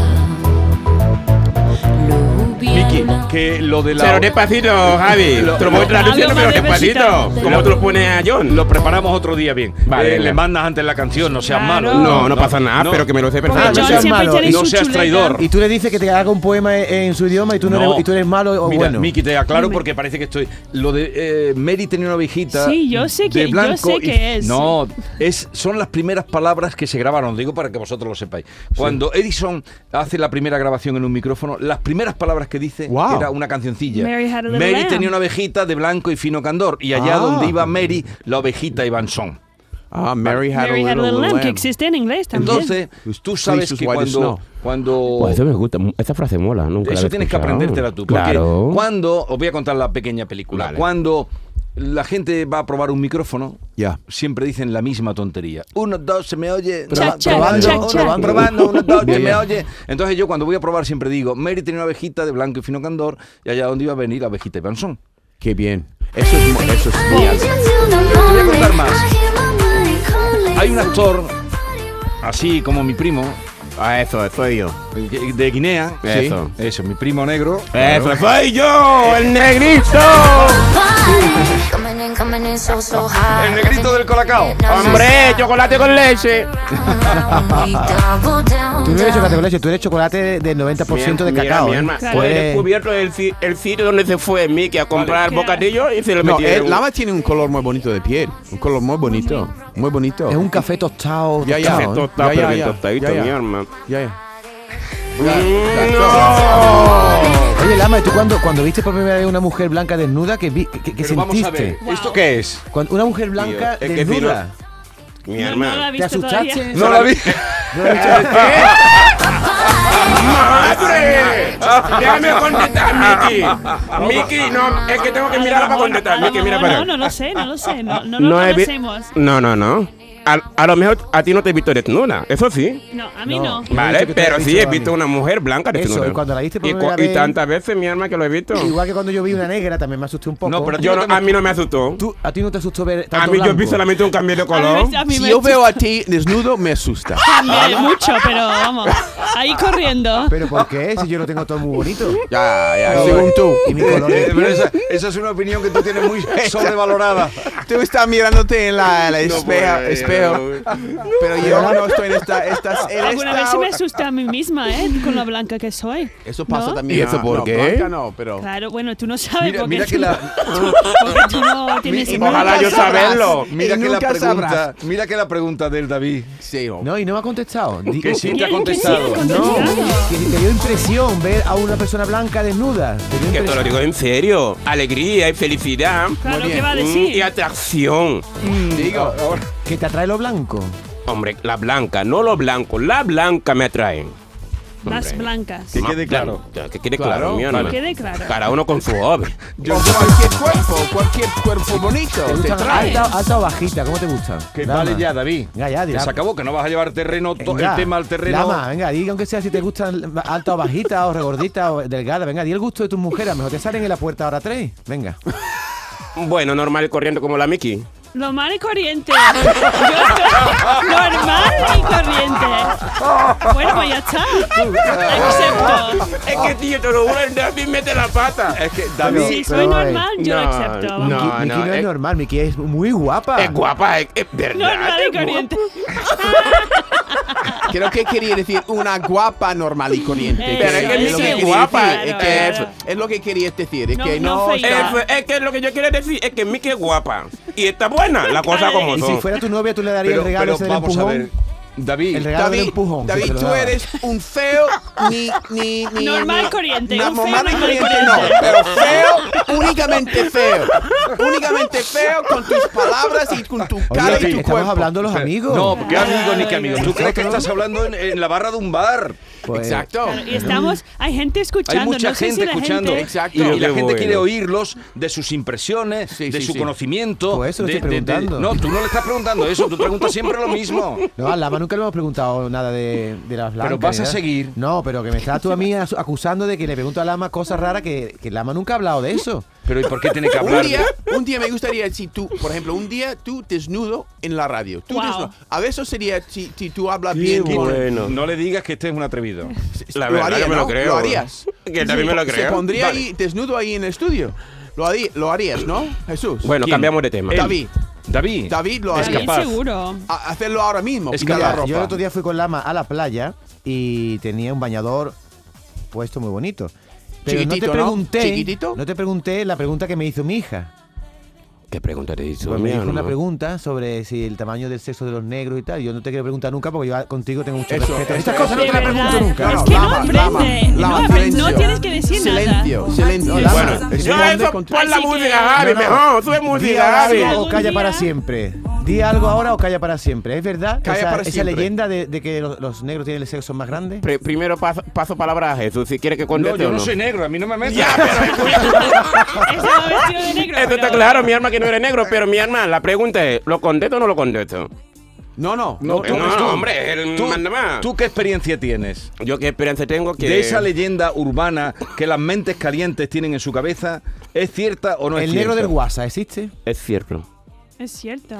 Speaker 7: Le ou bien
Speaker 2: Miki,
Speaker 7: la-
Speaker 2: que lo de la.
Speaker 5: Pero despacito, Javi.
Speaker 2: Lo-
Speaker 5: Te lo voy traduciendo,
Speaker 4: Algo
Speaker 5: pero
Speaker 4: más
Speaker 5: despacito.
Speaker 4: despacito.
Speaker 5: Como tú lo pones a John.
Speaker 2: Lo preparamos otro día bien.
Speaker 5: Vale,
Speaker 2: Eh,
Speaker 5: venga.
Speaker 2: le mandas antes la canción, no seas
Speaker 4: Claro.
Speaker 2: malo.
Speaker 5: No, no pasa nada, pero que me lo sé
Speaker 4: Porque
Speaker 5: perfectamente.
Speaker 4: John
Speaker 6: seas
Speaker 4: siempre
Speaker 6: malo,
Speaker 4: tiene
Speaker 2: no
Speaker 4: su
Speaker 2: seas
Speaker 4: chuleta.
Speaker 2: traidor.
Speaker 6: Y tú le dices que te haga un poema e- en su idioma y tú, no
Speaker 2: No.
Speaker 6: eres, y tú eres malo o
Speaker 2: Mira,
Speaker 6: bueno.
Speaker 2: Miki, te aclaro porque parece que estoy. Lo de eh, Mary tenía una ovejita.
Speaker 4: Sí, yo sé que-
Speaker 2: de
Speaker 4: yo
Speaker 2: blanco
Speaker 4: sé
Speaker 2: y-
Speaker 4: que es.
Speaker 2: No, es, son las primeras palabras que se grabaron, digo para que vosotros lo sepáis. Cuando Edison hace la primera grabación en un micrófono, las primeras palabras que dice
Speaker 3: Wow.
Speaker 2: era una cancioncilla.
Speaker 4: Mary had a little
Speaker 2: Mary
Speaker 4: lamb.
Speaker 2: tenía una ovejita de blanco y fino candor. Y allá
Speaker 3: Ah.
Speaker 2: donde iba Mary, la ovejita iba en son.
Speaker 3: Ah, Mary had
Speaker 4: Mary
Speaker 3: a
Speaker 4: had
Speaker 3: little,
Speaker 4: a little lamb, que
Speaker 3: lamb.
Speaker 4: existe en inglés también.
Speaker 2: Entonces,
Speaker 3: Whose
Speaker 2: tú sabes
Speaker 3: fleece was
Speaker 2: que
Speaker 3: white as
Speaker 2: cuando.
Speaker 3: snow.
Speaker 2: cuando
Speaker 5: Pues eso me gusta, esa frase mola, nunca la
Speaker 2: Eso
Speaker 5: había
Speaker 2: tienes que
Speaker 5: escuchado.
Speaker 2: aprendértela tú. Porque
Speaker 5: Claro.
Speaker 2: cuando, os voy a contar la pequeña película,
Speaker 5: Vale.
Speaker 2: cuando la gente va a probar un micrófono,
Speaker 3: Ya.
Speaker 2: siempre dicen la misma tontería. Uno, dos, se me oye.
Speaker 4: Cha,
Speaker 2: Proba-
Speaker 4: cha,
Speaker 2: probando,
Speaker 4: cha,
Speaker 2: uno,
Speaker 4: cha.
Speaker 2: probando, uno, dos, se
Speaker 3: Bien,
Speaker 2: me
Speaker 3: bien.
Speaker 2: oye. Entonces yo cuando voy a probar siempre digo, Mary tenía una ovejita de blanco y fino candor, y allá donde iba a venir la ovejita y panzón.
Speaker 3: Qué bien. Eso es, mo- eso es genial.
Speaker 2: Te voy a contar más. Hay un actor, así como mi primo, Eh,
Speaker 5: Ah, eso, soy yo.
Speaker 2: de Guinea.
Speaker 5: Eso.
Speaker 2: Sí, Eso, mi primo negro.
Speaker 5: Eso, soy yo, el negrito.
Speaker 2: El negrito del Colacao.
Speaker 5: Hombre, chocolate con leche.
Speaker 2: <laughs>
Speaker 6: Tú no eres
Speaker 4: Ah.
Speaker 6: chocolate con leche, tú eres chocolate de- del 90% de
Speaker 5: Mira,
Speaker 6: cacao.
Speaker 5: mi
Speaker 6: ¿eh?
Speaker 5: alma,
Speaker 6: Tú
Speaker 5: He
Speaker 6: eres-
Speaker 5: descubierto el, si- el sitio donde se fue Mickey a comprar
Speaker 4: Vale.
Speaker 5: bocadillo y se lo
Speaker 3: No,
Speaker 5: metió. en
Speaker 3: el
Speaker 5: un-
Speaker 3: lama tiene un color muy bonito de piel. Un color muy bonito. Muy bonito.
Speaker 6: Es un café tostado.
Speaker 3: Ya, ya.
Speaker 6: tostado,
Speaker 5: Café tostado,
Speaker 6: ¿eh?
Speaker 3: Ya, ya,
Speaker 5: pero bien
Speaker 3: ya.
Speaker 5: tostadito,
Speaker 3: Ya, ya.
Speaker 5: mi alma.
Speaker 3: Ya, ya.
Speaker 6: Oye, Lama, ¿y tú cuando, cuando viste por primera vez una mujer blanca desnuda, qué, vi- qué- qué
Speaker 2: Pero
Speaker 6: sentiste?
Speaker 2: vamos a ver, ¿esto qué es?
Speaker 6: Cuando- una mujer blanca
Speaker 5: Dios, es que si
Speaker 6: desnuda.
Speaker 4: No, no
Speaker 5: Mi
Speaker 4: la he
Speaker 5: alma.
Speaker 6: ¿Te
Speaker 4: visto todavía.
Speaker 6: asustaste?
Speaker 2: No la vi.
Speaker 6: <laughs>
Speaker 5: ¡Madre! Déjame contestar, Mickey. Mickey, no, es que tengo que
Speaker 4: A lo
Speaker 5: mirar para
Speaker 4: mejor-
Speaker 5: contestar.
Speaker 4: a lo
Speaker 5: Mickey, mira
Speaker 4: mejor
Speaker 5: para
Speaker 4: No,
Speaker 5: acá.
Speaker 4: no lo sé, no lo sé. No, no lo
Speaker 5: he vi-
Speaker 4: conocemos.
Speaker 5: No, no, no. a, a lo mejor a ti no te he visto desnuda, eso sí.
Speaker 4: No, a mí
Speaker 6: No.
Speaker 4: no.
Speaker 5: Vale,
Speaker 6: dicho que te
Speaker 5: pero
Speaker 6: has
Speaker 5: sí
Speaker 6: visto
Speaker 5: he
Speaker 6: a
Speaker 5: visto
Speaker 6: mí.
Speaker 5: una mujer blanca
Speaker 6: Eso,
Speaker 5: desnuda.
Speaker 6: y cuando la viste por
Speaker 5: Y
Speaker 6: primera
Speaker 5: cu- y
Speaker 6: vez-
Speaker 5: tantas veces, mi alma, que lo he visto.
Speaker 6: Igual que cuando yo vi una negra también me asusté un poco.
Speaker 2: No, pero
Speaker 5: Yo no- a mí no me asustó.
Speaker 6: ¿Tú, a ti no te asustó ver
Speaker 5: A
Speaker 6: tanto
Speaker 5: mí yo vi
Speaker 6: blanco?
Speaker 5: solamente un cambio de
Speaker 4: A
Speaker 5: color.
Speaker 4: mí me- a mí
Speaker 3: Si
Speaker 4: me
Speaker 3: yo veo a ti desnudo, me
Speaker 5: <laughs>
Speaker 3: asusta.
Speaker 4: también, mucho, pero vamos. Ahí corriendo.
Speaker 6: ¿Pero por qué? Si yo lo tengo todo muy bonito.
Speaker 3: Ya, ya,
Speaker 6: Pero-
Speaker 3: según tú.
Speaker 6: Y mi
Speaker 2: <laughs>
Speaker 6: color de
Speaker 2: Eh, pero
Speaker 6: piel.
Speaker 2: esa, esa es una opinión que tú tienes
Speaker 5: <laughs>
Speaker 2: muy sobrevalorada.
Speaker 3: Tú estás mirándote en la, en la
Speaker 5: No
Speaker 3: espejo,
Speaker 5: puede,
Speaker 3: espejo. Pero yo no estoy en esta... estas- en
Speaker 4: Alguna
Speaker 3: esta-
Speaker 4: vez se me asusta a mí misma, ¿eh? Con lo blanca que soy.
Speaker 3: Eso pasa
Speaker 4: ¿No?
Speaker 3: también.
Speaker 5: ¿Y eso
Speaker 3: ah,
Speaker 5: por
Speaker 3: no,
Speaker 5: qué?
Speaker 3: blanca no, pero...
Speaker 4: Claro, bueno, tú no sabes
Speaker 2: Mira,
Speaker 4: porque,
Speaker 2: mira que
Speaker 4: tú,
Speaker 2: la,
Speaker 4: porque tú no tienes
Speaker 3: Mi-
Speaker 4: nada.
Speaker 5: Ojalá yo
Speaker 3: sabrás.
Speaker 5: saberlo.
Speaker 2: mira
Speaker 3: Y
Speaker 2: que la
Speaker 3: nunca
Speaker 2: pregunta,
Speaker 3: sabrás.
Speaker 2: mira que la pregunta del David.
Speaker 3: Sí, o-
Speaker 6: No, y no me ha contestado. Di-
Speaker 2: Que sí te ha
Speaker 4: ¿Quién- quién sí ha
Speaker 2: contestado.
Speaker 6: No,
Speaker 4: contestado?
Speaker 6: que si te dio impresión ver a una persona blanca desnuda. Te dio
Speaker 5: Que te lo
Speaker 6: impresión.
Speaker 5: digo en serio. Alegría y felicidad.
Speaker 4: Claro,
Speaker 3: Muy
Speaker 4: ¿qué va a
Speaker 5: Mm,
Speaker 4: decir?
Speaker 5: Y atracción.
Speaker 2: Mm,
Speaker 3: digo.
Speaker 6: Que te atrae lo blanco.
Speaker 5: Hombre, la blanca, no lo blanco. La blanca me atrae.
Speaker 4: Las
Speaker 5: Hombre.
Speaker 4: blancas.
Speaker 2: Que quede claro.
Speaker 5: Ya, Que quede claro, mi alma.
Speaker 4: Que quede claro.
Speaker 5: Cada uno con su
Speaker 2: <laughs>
Speaker 5: hobby.
Speaker 3: O cualquier cuerpo, cualquier cuerpo bonito.
Speaker 6: ¿Te
Speaker 3: Te
Speaker 6: gustan
Speaker 3: trae.
Speaker 6: alta, alta o bajita? ¿Cómo te gusta?
Speaker 2: Que vale ya, David.
Speaker 6: Ya, ya,
Speaker 2: Que
Speaker 6: dirá.
Speaker 2: se acabó, que no vas a llevar terreno, to- el tema al terreno.
Speaker 6: Lama, venga, diga aunque sea si te gustan alta o bajita o regordita o delgada. Venga, di el gusto de tus mujeres. A lo Mejor te salen en la puerta ahora tres. Venga.
Speaker 5: Bueno, normal y corriente como la Mickey.
Speaker 4: Lo mal y corriente. Yo estoy normal y corriente. Bueno, pues ya está. Excepto.
Speaker 5: <laughs> Es que tío, te lo juro, el David mete la pata.
Speaker 2: Es que David,
Speaker 4: Si soy
Speaker 6: pero, eh,
Speaker 4: normal, yo
Speaker 5: no,
Speaker 4: excepto. vamos.
Speaker 5: no.
Speaker 6: Miki, Miki no es
Speaker 2: eh.
Speaker 5: es-
Speaker 6: normal, Miki es muy guapa.
Speaker 5: Es guapa, es, es verdad.
Speaker 4: Normal
Speaker 5: es
Speaker 4: y corriente.
Speaker 3: Creo que quería decir una guapa normal y corriente.
Speaker 4: Eh,
Speaker 5: Pero es que
Speaker 3: lo
Speaker 5: Miki es
Speaker 3: quería
Speaker 5: guapa,
Speaker 3: decir,
Speaker 5: claro,
Speaker 3: es, que
Speaker 4: claro.
Speaker 3: es lo que quería decir. Es
Speaker 4: No,
Speaker 3: que
Speaker 4: no
Speaker 3: no.
Speaker 4: feita.
Speaker 3: está-
Speaker 5: guapa. Es, es que lo que yo quiero decir es que Mickey es guapa. Y está buena, la cosa como
Speaker 6: Y
Speaker 5: son.
Speaker 6: si fuera tu novia, tú le darías
Speaker 2: pero,
Speaker 6: el regalo
Speaker 2: pero
Speaker 6: ese del
Speaker 2: vamos
Speaker 6: empujón.
Speaker 2: a ver. David,
Speaker 6: El regalo del
Speaker 3: David,
Speaker 6: empujón. que
Speaker 3: David,
Speaker 6: te lo
Speaker 3: tú
Speaker 6: daba.
Speaker 3: eres un feo ni. ni, ni
Speaker 4: Normal
Speaker 3: ni-
Speaker 4: corriente,
Speaker 3: no,
Speaker 4: un feo
Speaker 3: normal y
Speaker 4: normal y
Speaker 3: corriente no.
Speaker 4: corriente.
Speaker 3: Pero feo, únicamente feo. Únicamente feo con tus palabras y con tu
Speaker 6: Oye,
Speaker 3: cara
Speaker 6: David,
Speaker 3: y tu
Speaker 6: estamos
Speaker 3: cuerpo.
Speaker 6: hablando los
Speaker 2: Pero-
Speaker 6: amigos.
Speaker 2: No, qué amigo ni qué amigo. Tú
Speaker 6: Nosotros-
Speaker 2: crees que estás hablando en, en la barra de un bar.
Speaker 6: Pues,
Speaker 3: Exacto.
Speaker 4: Claro, y estamos, hay gente
Speaker 2: Oh.
Speaker 4: escuchando,
Speaker 2: Hay mucha
Speaker 4: no sé
Speaker 2: gente
Speaker 4: si la
Speaker 2: escuchando.
Speaker 4: gente
Speaker 3: Exacto.
Speaker 2: Y,
Speaker 5: Yo
Speaker 2: la
Speaker 5: qué
Speaker 2: gente
Speaker 5: bueno.
Speaker 2: quiere oírlos de sus impresiones,
Speaker 3: Sí,
Speaker 2: de
Speaker 3: sí,
Speaker 2: su
Speaker 3: sí.
Speaker 2: conocimiento.
Speaker 6: Pues eso lo
Speaker 2: de-
Speaker 6: estoy
Speaker 2: de- de-
Speaker 6: preguntando.
Speaker 2: no, tú no le estás preguntando eso. Tú preguntas siempre lo mismo.
Speaker 6: No, a Lama nunca le hemos preguntado nada de, de las blancas.
Speaker 2: vas
Speaker 6: ni
Speaker 2: a
Speaker 6: nada.
Speaker 2: seguir.
Speaker 6: No, pero que me estás tú a mí as- acusando de que le pregunto a Lama cosas raras que, que Lama nunca ha hablado de eso.
Speaker 2: Pero ¿y por qué tiene que
Speaker 3: Un
Speaker 2: hablar? de-
Speaker 3: día, un día me gustaría si tú, por ejemplo, un día tú desnudo en la radio. Tú
Speaker 4: Wow.
Speaker 3: desnudo. A veces sería si, si tú hablas
Speaker 5: Qué
Speaker 3: bien. que-
Speaker 5: bueno.
Speaker 2: No le digas que este es un atrevido.
Speaker 5: La verdad
Speaker 3: haría,
Speaker 5: que me
Speaker 3: ¿no?
Speaker 5: lo creo.
Speaker 3: Lo harías.
Speaker 5: Que también me lo creo.
Speaker 3: Se pondría
Speaker 5: Vale.
Speaker 3: ahí desnudo ahí en el estudio. Lo, harí- lo harías, ¿no, Jesús?
Speaker 5: Bueno,
Speaker 2: ¿Quién?
Speaker 5: cambiamos de tema.
Speaker 2: Él.
Speaker 3: David.
Speaker 2: David.
Speaker 3: David lo
Speaker 2: Es
Speaker 3: haría.
Speaker 4: bien
Speaker 2: capaz.
Speaker 4: seguro.
Speaker 3: A- hacerlo ahora mismo.
Speaker 2: Es
Speaker 3: quitar
Speaker 2: capaz.
Speaker 3: la ropa.
Speaker 6: Yo el otro día fui con Lama a la playa y tenía un bañador puesto muy bonito. Pero
Speaker 3: Chiquitito,
Speaker 6: no
Speaker 3: ¿no?
Speaker 6: te pregunté,
Speaker 3: Chiquitito.
Speaker 6: no te pregunté la pregunta que me hizo mi hija.
Speaker 5: ¿Qué pregunta te hizo?
Speaker 6: Pues
Speaker 5: mi
Speaker 6: me hizo
Speaker 5: alma?
Speaker 6: una pregunta sobre si el tamaño del sexo de los negros y tal. Yo no te quiero preguntar nunca porque yo contigo tengo mucho
Speaker 3: Eso,
Speaker 6: respeto.
Speaker 3: eso,
Speaker 6: Estas cosas no
Speaker 4: De
Speaker 6: te las pregunto
Speaker 4: verdad.
Speaker 6: nunca.
Speaker 4: Es
Speaker 3: No,
Speaker 4: que no
Speaker 3: Lama,
Speaker 4: aprende,
Speaker 3: Lama,
Speaker 4: no
Speaker 3: Lama,
Speaker 4: aprende, no
Speaker 3: silencio.
Speaker 4: tienes que decir
Speaker 3: Silencio, silencio.
Speaker 6: No, Lama,
Speaker 5: Bueno,
Speaker 3: Estoy
Speaker 5: yo
Speaker 3: hablando
Speaker 5: eso,
Speaker 3: con-
Speaker 5: pon la
Speaker 4: Así que-
Speaker 5: música, Javi,
Speaker 6: No, no.
Speaker 5: mejor. Sube
Speaker 6: Di
Speaker 5: música, Javi.
Speaker 6: algo o
Speaker 4: Algún
Speaker 6: calla
Speaker 4: día-
Speaker 6: para siempre. Di algo ahora o calla para siempre. ¿Es verdad
Speaker 3: Calla
Speaker 6: esa,
Speaker 3: para
Speaker 6: esa
Speaker 3: siempre.
Speaker 6: leyenda de, de que los, los negros tienen el sexo más grande?
Speaker 5: Pri- primero paso, paso palabra a Jesús, si quiere que
Speaker 2: No,
Speaker 5: conteste
Speaker 2: yo
Speaker 5: o
Speaker 2: no
Speaker 5: no.
Speaker 2: soy negro, a mí no me metas.
Speaker 5: Ya,
Speaker 2: <laughs>
Speaker 5: pero
Speaker 4: Estaba vestido de negro.
Speaker 5: esto está
Speaker 4: pero-
Speaker 5: claro, mi alma que no eres negro, pero mi alma, la pregunta es, ¿lo contesto o no lo contesto?
Speaker 3: No, no.
Speaker 2: No,
Speaker 5: Eh, no,
Speaker 2: tú-
Speaker 5: no, hombre, el
Speaker 2: ¿Tú,
Speaker 5: manda más.
Speaker 2: ¿Tú qué experiencia tienes?
Speaker 5: Yo qué esperanza tengo que...
Speaker 2: De esa leyenda urbana que las mentes calientes tienen en su cabeza, ¿es cierta o no es
Speaker 6: el negro
Speaker 2: cierta?
Speaker 6: del WhatsApp existe.
Speaker 5: Es cierto.
Speaker 4: Es cierto.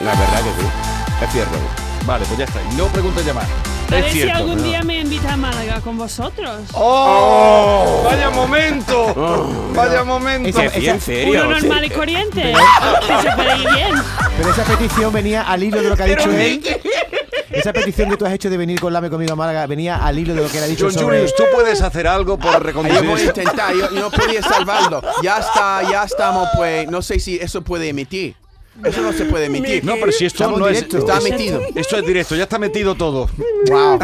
Speaker 5: La verdad que sí. Es cierto.
Speaker 2: Vale, pues ya está. y No preguntes ya más.
Speaker 4: A ver
Speaker 2: es
Speaker 4: si
Speaker 2: cierto.
Speaker 4: algún día me invita a Málaga con vosotros.
Speaker 2: ¡Oh! ¡Vaya momento! ¡Vaya
Speaker 3: Pues
Speaker 2: momento!
Speaker 6: Esa-
Speaker 5: Que sí,
Speaker 6: esa-
Speaker 5: en serio.
Speaker 4: Uno
Speaker 5: sí.
Speaker 4: normal y corriente. Que se puede ir
Speaker 2: <laughs>
Speaker 4: bien.
Speaker 6: Pero esa petición venía al hilo de lo que ha dicho él. Esa petición que tú has hecho de venir con Lame conmigo a Málaga venía al hilo de lo que él ha dicho
Speaker 2: John
Speaker 6: sobre...
Speaker 2: Julius, tú puedes hacer algo por
Speaker 3: Yo voy a
Speaker 2: reconducir. esto?
Speaker 3: intentar, yo, yo no podía salvarlo. Ya está, ya estamos, pues. No sé si eso puede emitir. Eso no se puede emitir.
Speaker 2: No, pero si esto
Speaker 6: Estamos
Speaker 2: no
Speaker 6: directo.
Speaker 2: es.
Speaker 3: Está metido.
Speaker 2: Esto es directo, ya está metido todo.
Speaker 3: Wow.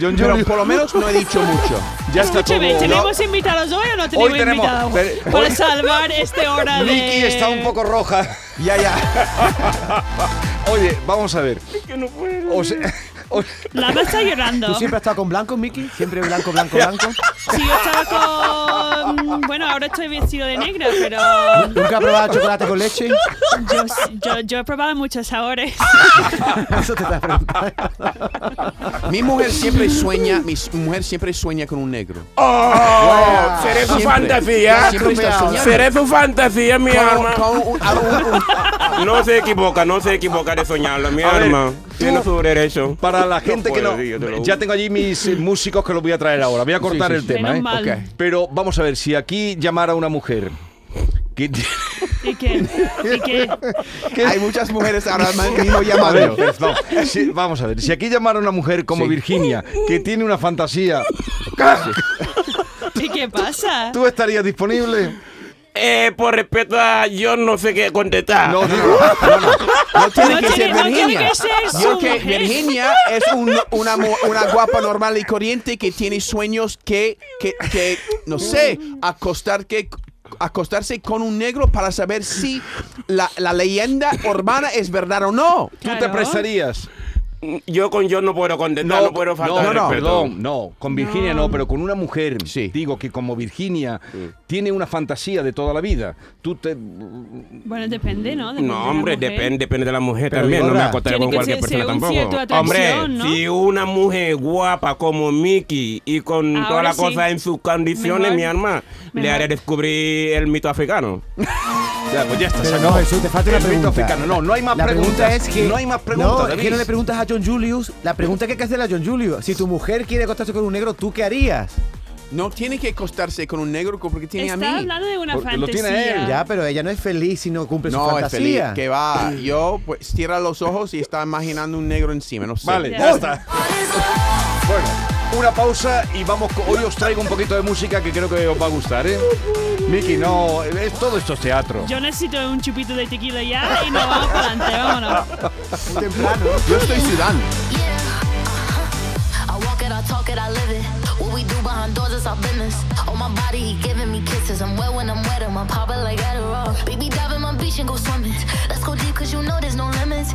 Speaker 2: John
Speaker 3: Pero
Speaker 2: Julius,
Speaker 3: por lo menos no he dicho mucho.
Speaker 2: ya está todo.
Speaker 4: Escúchame, ¿tenemos invitados hoy o no tenemos,
Speaker 2: tenemos,
Speaker 4: invitados?
Speaker 2: pero-
Speaker 4: Para
Speaker 2: hoy-
Speaker 4: salvar
Speaker 2: <laughs>
Speaker 4: este hora de...
Speaker 2: Nicky está un poco roja.
Speaker 3: Ya, ya.
Speaker 2: Oye, vamos a ver. Os,
Speaker 4: Lama está
Speaker 2: <laughs>
Speaker 4: llorando.
Speaker 6: ¿Tú siempre has estado con blanco, Miki? Siempre blanco, blanco, blanco.
Speaker 4: Si yo estaba con... Bueno, ahora estoy vestido de negra, pero
Speaker 2: <laughs>
Speaker 6: ¿Nunca has probado chocolate con leche?
Speaker 4: yo, yo, yo he probado muchos sabores.
Speaker 6: Eso te está preguntando.
Speaker 3: Mi mujer siempre sueña, mi s- mujer siempre sueña con un negro.
Speaker 9: ¡Oh! Seré su
Speaker 3: Siempre.
Speaker 9: fantasía.
Speaker 3: Siempre está soñando.
Speaker 9: Seré su fantasía, mi
Speaker 3: Con-
Speaker 9: alma.
Speaker 3: con un- a un- un-
Speaker 5: No se equivoca, no se equivoca de soñarlo, mi
Speaker 2: A ver,
Speaker 5: alma.
Speaker 2: tú-
Speaker 5: Tiene su derecho.
Speaker 2: Para la gente
Speaker 5: puedo,
Speaker 2: que
Speaker 5: sí, yo te
Speaker 2: no.
Speaker 5: lo
Speaker 2: ya
Speaker 5: juro.
Speaker 2: tengo allí mis eh, músicos que los voy a traer ahora. Voy a cortar
Speaker 3: sí,
Speaker 2: el
Speaker 3: sí.
Speaker 2: tema,
Speaker 4: Menos
Speaker 2: ¿eh?
Speaker 4: mal.
Speaker 3: Ok.
Speaker 2: Pero vamos a ver, si aquí llamara una mujer. que- <laughs>
Speaker 4: ¿Y qué? ¿Y qué?
Speaker 3: hay muchas mujeres <laughs> ahora mismo
Speaker 2: A ver,
Speaker 3: llamando.
Speaker 2: perdón. Si- vamos a ver, si aquí llamara una mujer como
Speaker 3: Sí.
Speaker 2: Virginia, que tiene una fantasía,
Speaker 4: ¿Y qué pasa?
Speaker 2: ¿tú estarías disponible?
Speaker 5: Eh, por respeto a yo no sé qué contestar.
Speaker 2: No, digo, no, no.
Speaker 3: No tiene
Speaker 4: No
Speaker 3: que ser
Speaker 4: tiene- no tiene
Speaker 3: Virginia.
Speaker 4: que ser su
Speaker 3: Yo que
Speaker 4: mujer. <laughs>
Speaker 3: Virginia es un- una, mu- una guapa normal y corriente que tiene sueños que, que, que, no sé, acostar que acostarse con un negro para saber si la, la leyenda urbana es verdad o no.
Speaker 2: ¿Tú te
Speaker 4: Claro.
Speaker 2: prestarías?
Speaker 5: Yo con yo no puedo contestar, no, puedo faltar
Speaker 2: no,
Speaker 5: al
Speaker 2: no,
Speaker 5: respeto.
Speaker 2: perdón, no, con Virginia no. pero con una mujer,
Speaker 3: Sí.
Speaker 2: digo que como Virginia tiene una fantasía de toda la vida, tú te...
Speaker 4: Bueno, depende, ¿no? Depende de
Speaker 5: No,
Speaker 4: la
Speaker 5: hombre,
Speaker 4: mujer.
Speaker 5: depende, depende de la mujer
Speaker 6: Pero
Speaker 5: también. No me
Speaker 6: Lola,
Speaker 5: acostaré
Speaker 4: Tiene
Speaker 5: con
Speaker 4: que
Speaker 5: cualquier
Speaker 4: ser-
Speaker 5: persona
Speaker 4: ser un cierto
Speaker 5: tampoco.
Speaker 4: atracción,
Speaker 5: Hombre,
Speaker 4: ¿no?
Speaker 5: si una mujer guapa como Mickey y con
Speaker 4: Ahora
Speaker 5: todas las
Speaker 4: sí.
Speaker 5: cosas en sus condiciones,
Speaker 4: Mejor.
Speaker 5: mi alma, le
Speaker 4: Mejor.
Speaker 5: haré descubrir el mito africano.
Speaker 2: Ya, pues ya está, se
Speaker 6: Pero
Speaker 2: acabó.
Speaker 6: no, Jesús, te falta una
Speaker 2: El mito
Speaker 6: pregunta.
Speaker 2: africano. No, no hay más
Speaker 6: la
Speaker 2: preguntas.
Speaker 6: pregunta es que
Speaker 2: No hay más preguntas,
Speaker 6: No, es
Speaker 2: David.
Speaker 6: que no le preguntas a John Julius. La pregunta que hay que hacerle a John Julius. Si tu mujer quiere acostarse con un negro, ¿tú qué harías?
Speaker 3: No tiene que acostarse con un negro porque tiene a mí.
Speaker 4: Está hablando de una
Speaker 2: Porque lo
Speaker 4: fantasía.
Speaker 2: tiene él,
Speaker 6: Ya, pero ella no es feliz si no cumple su
Speaker 3: No, es feliz.
Speaker 6: fantasía.
Speaker 3: Que va. Yo, pues, cierra los ojos y está imaginando un negro encima. No sé.
Speaker 2: Vale,
Speaker 4: Ya.
Speaker 2: ya está. Bueno, una pausa y vamos. co- Hoy os traigo un poquito de música que creo que os va a gustar, ¿eh? Miki, no, es, todo esto es teatro.
Speaker 4: Yo necesito un chupito de tequila ya y nos vamos para adelante, vámonos.
Speaker 3: Yo estoy sudando.
Speaker 10: I walk it, I talk it, I live it. What we do behind doors is our business. On my body, he giving me kisses. I'm wet when I'm wet, I'm popping like Adderall. Baby, dive in my beach and go swimming. Let's go deep, cause you know there's no limits.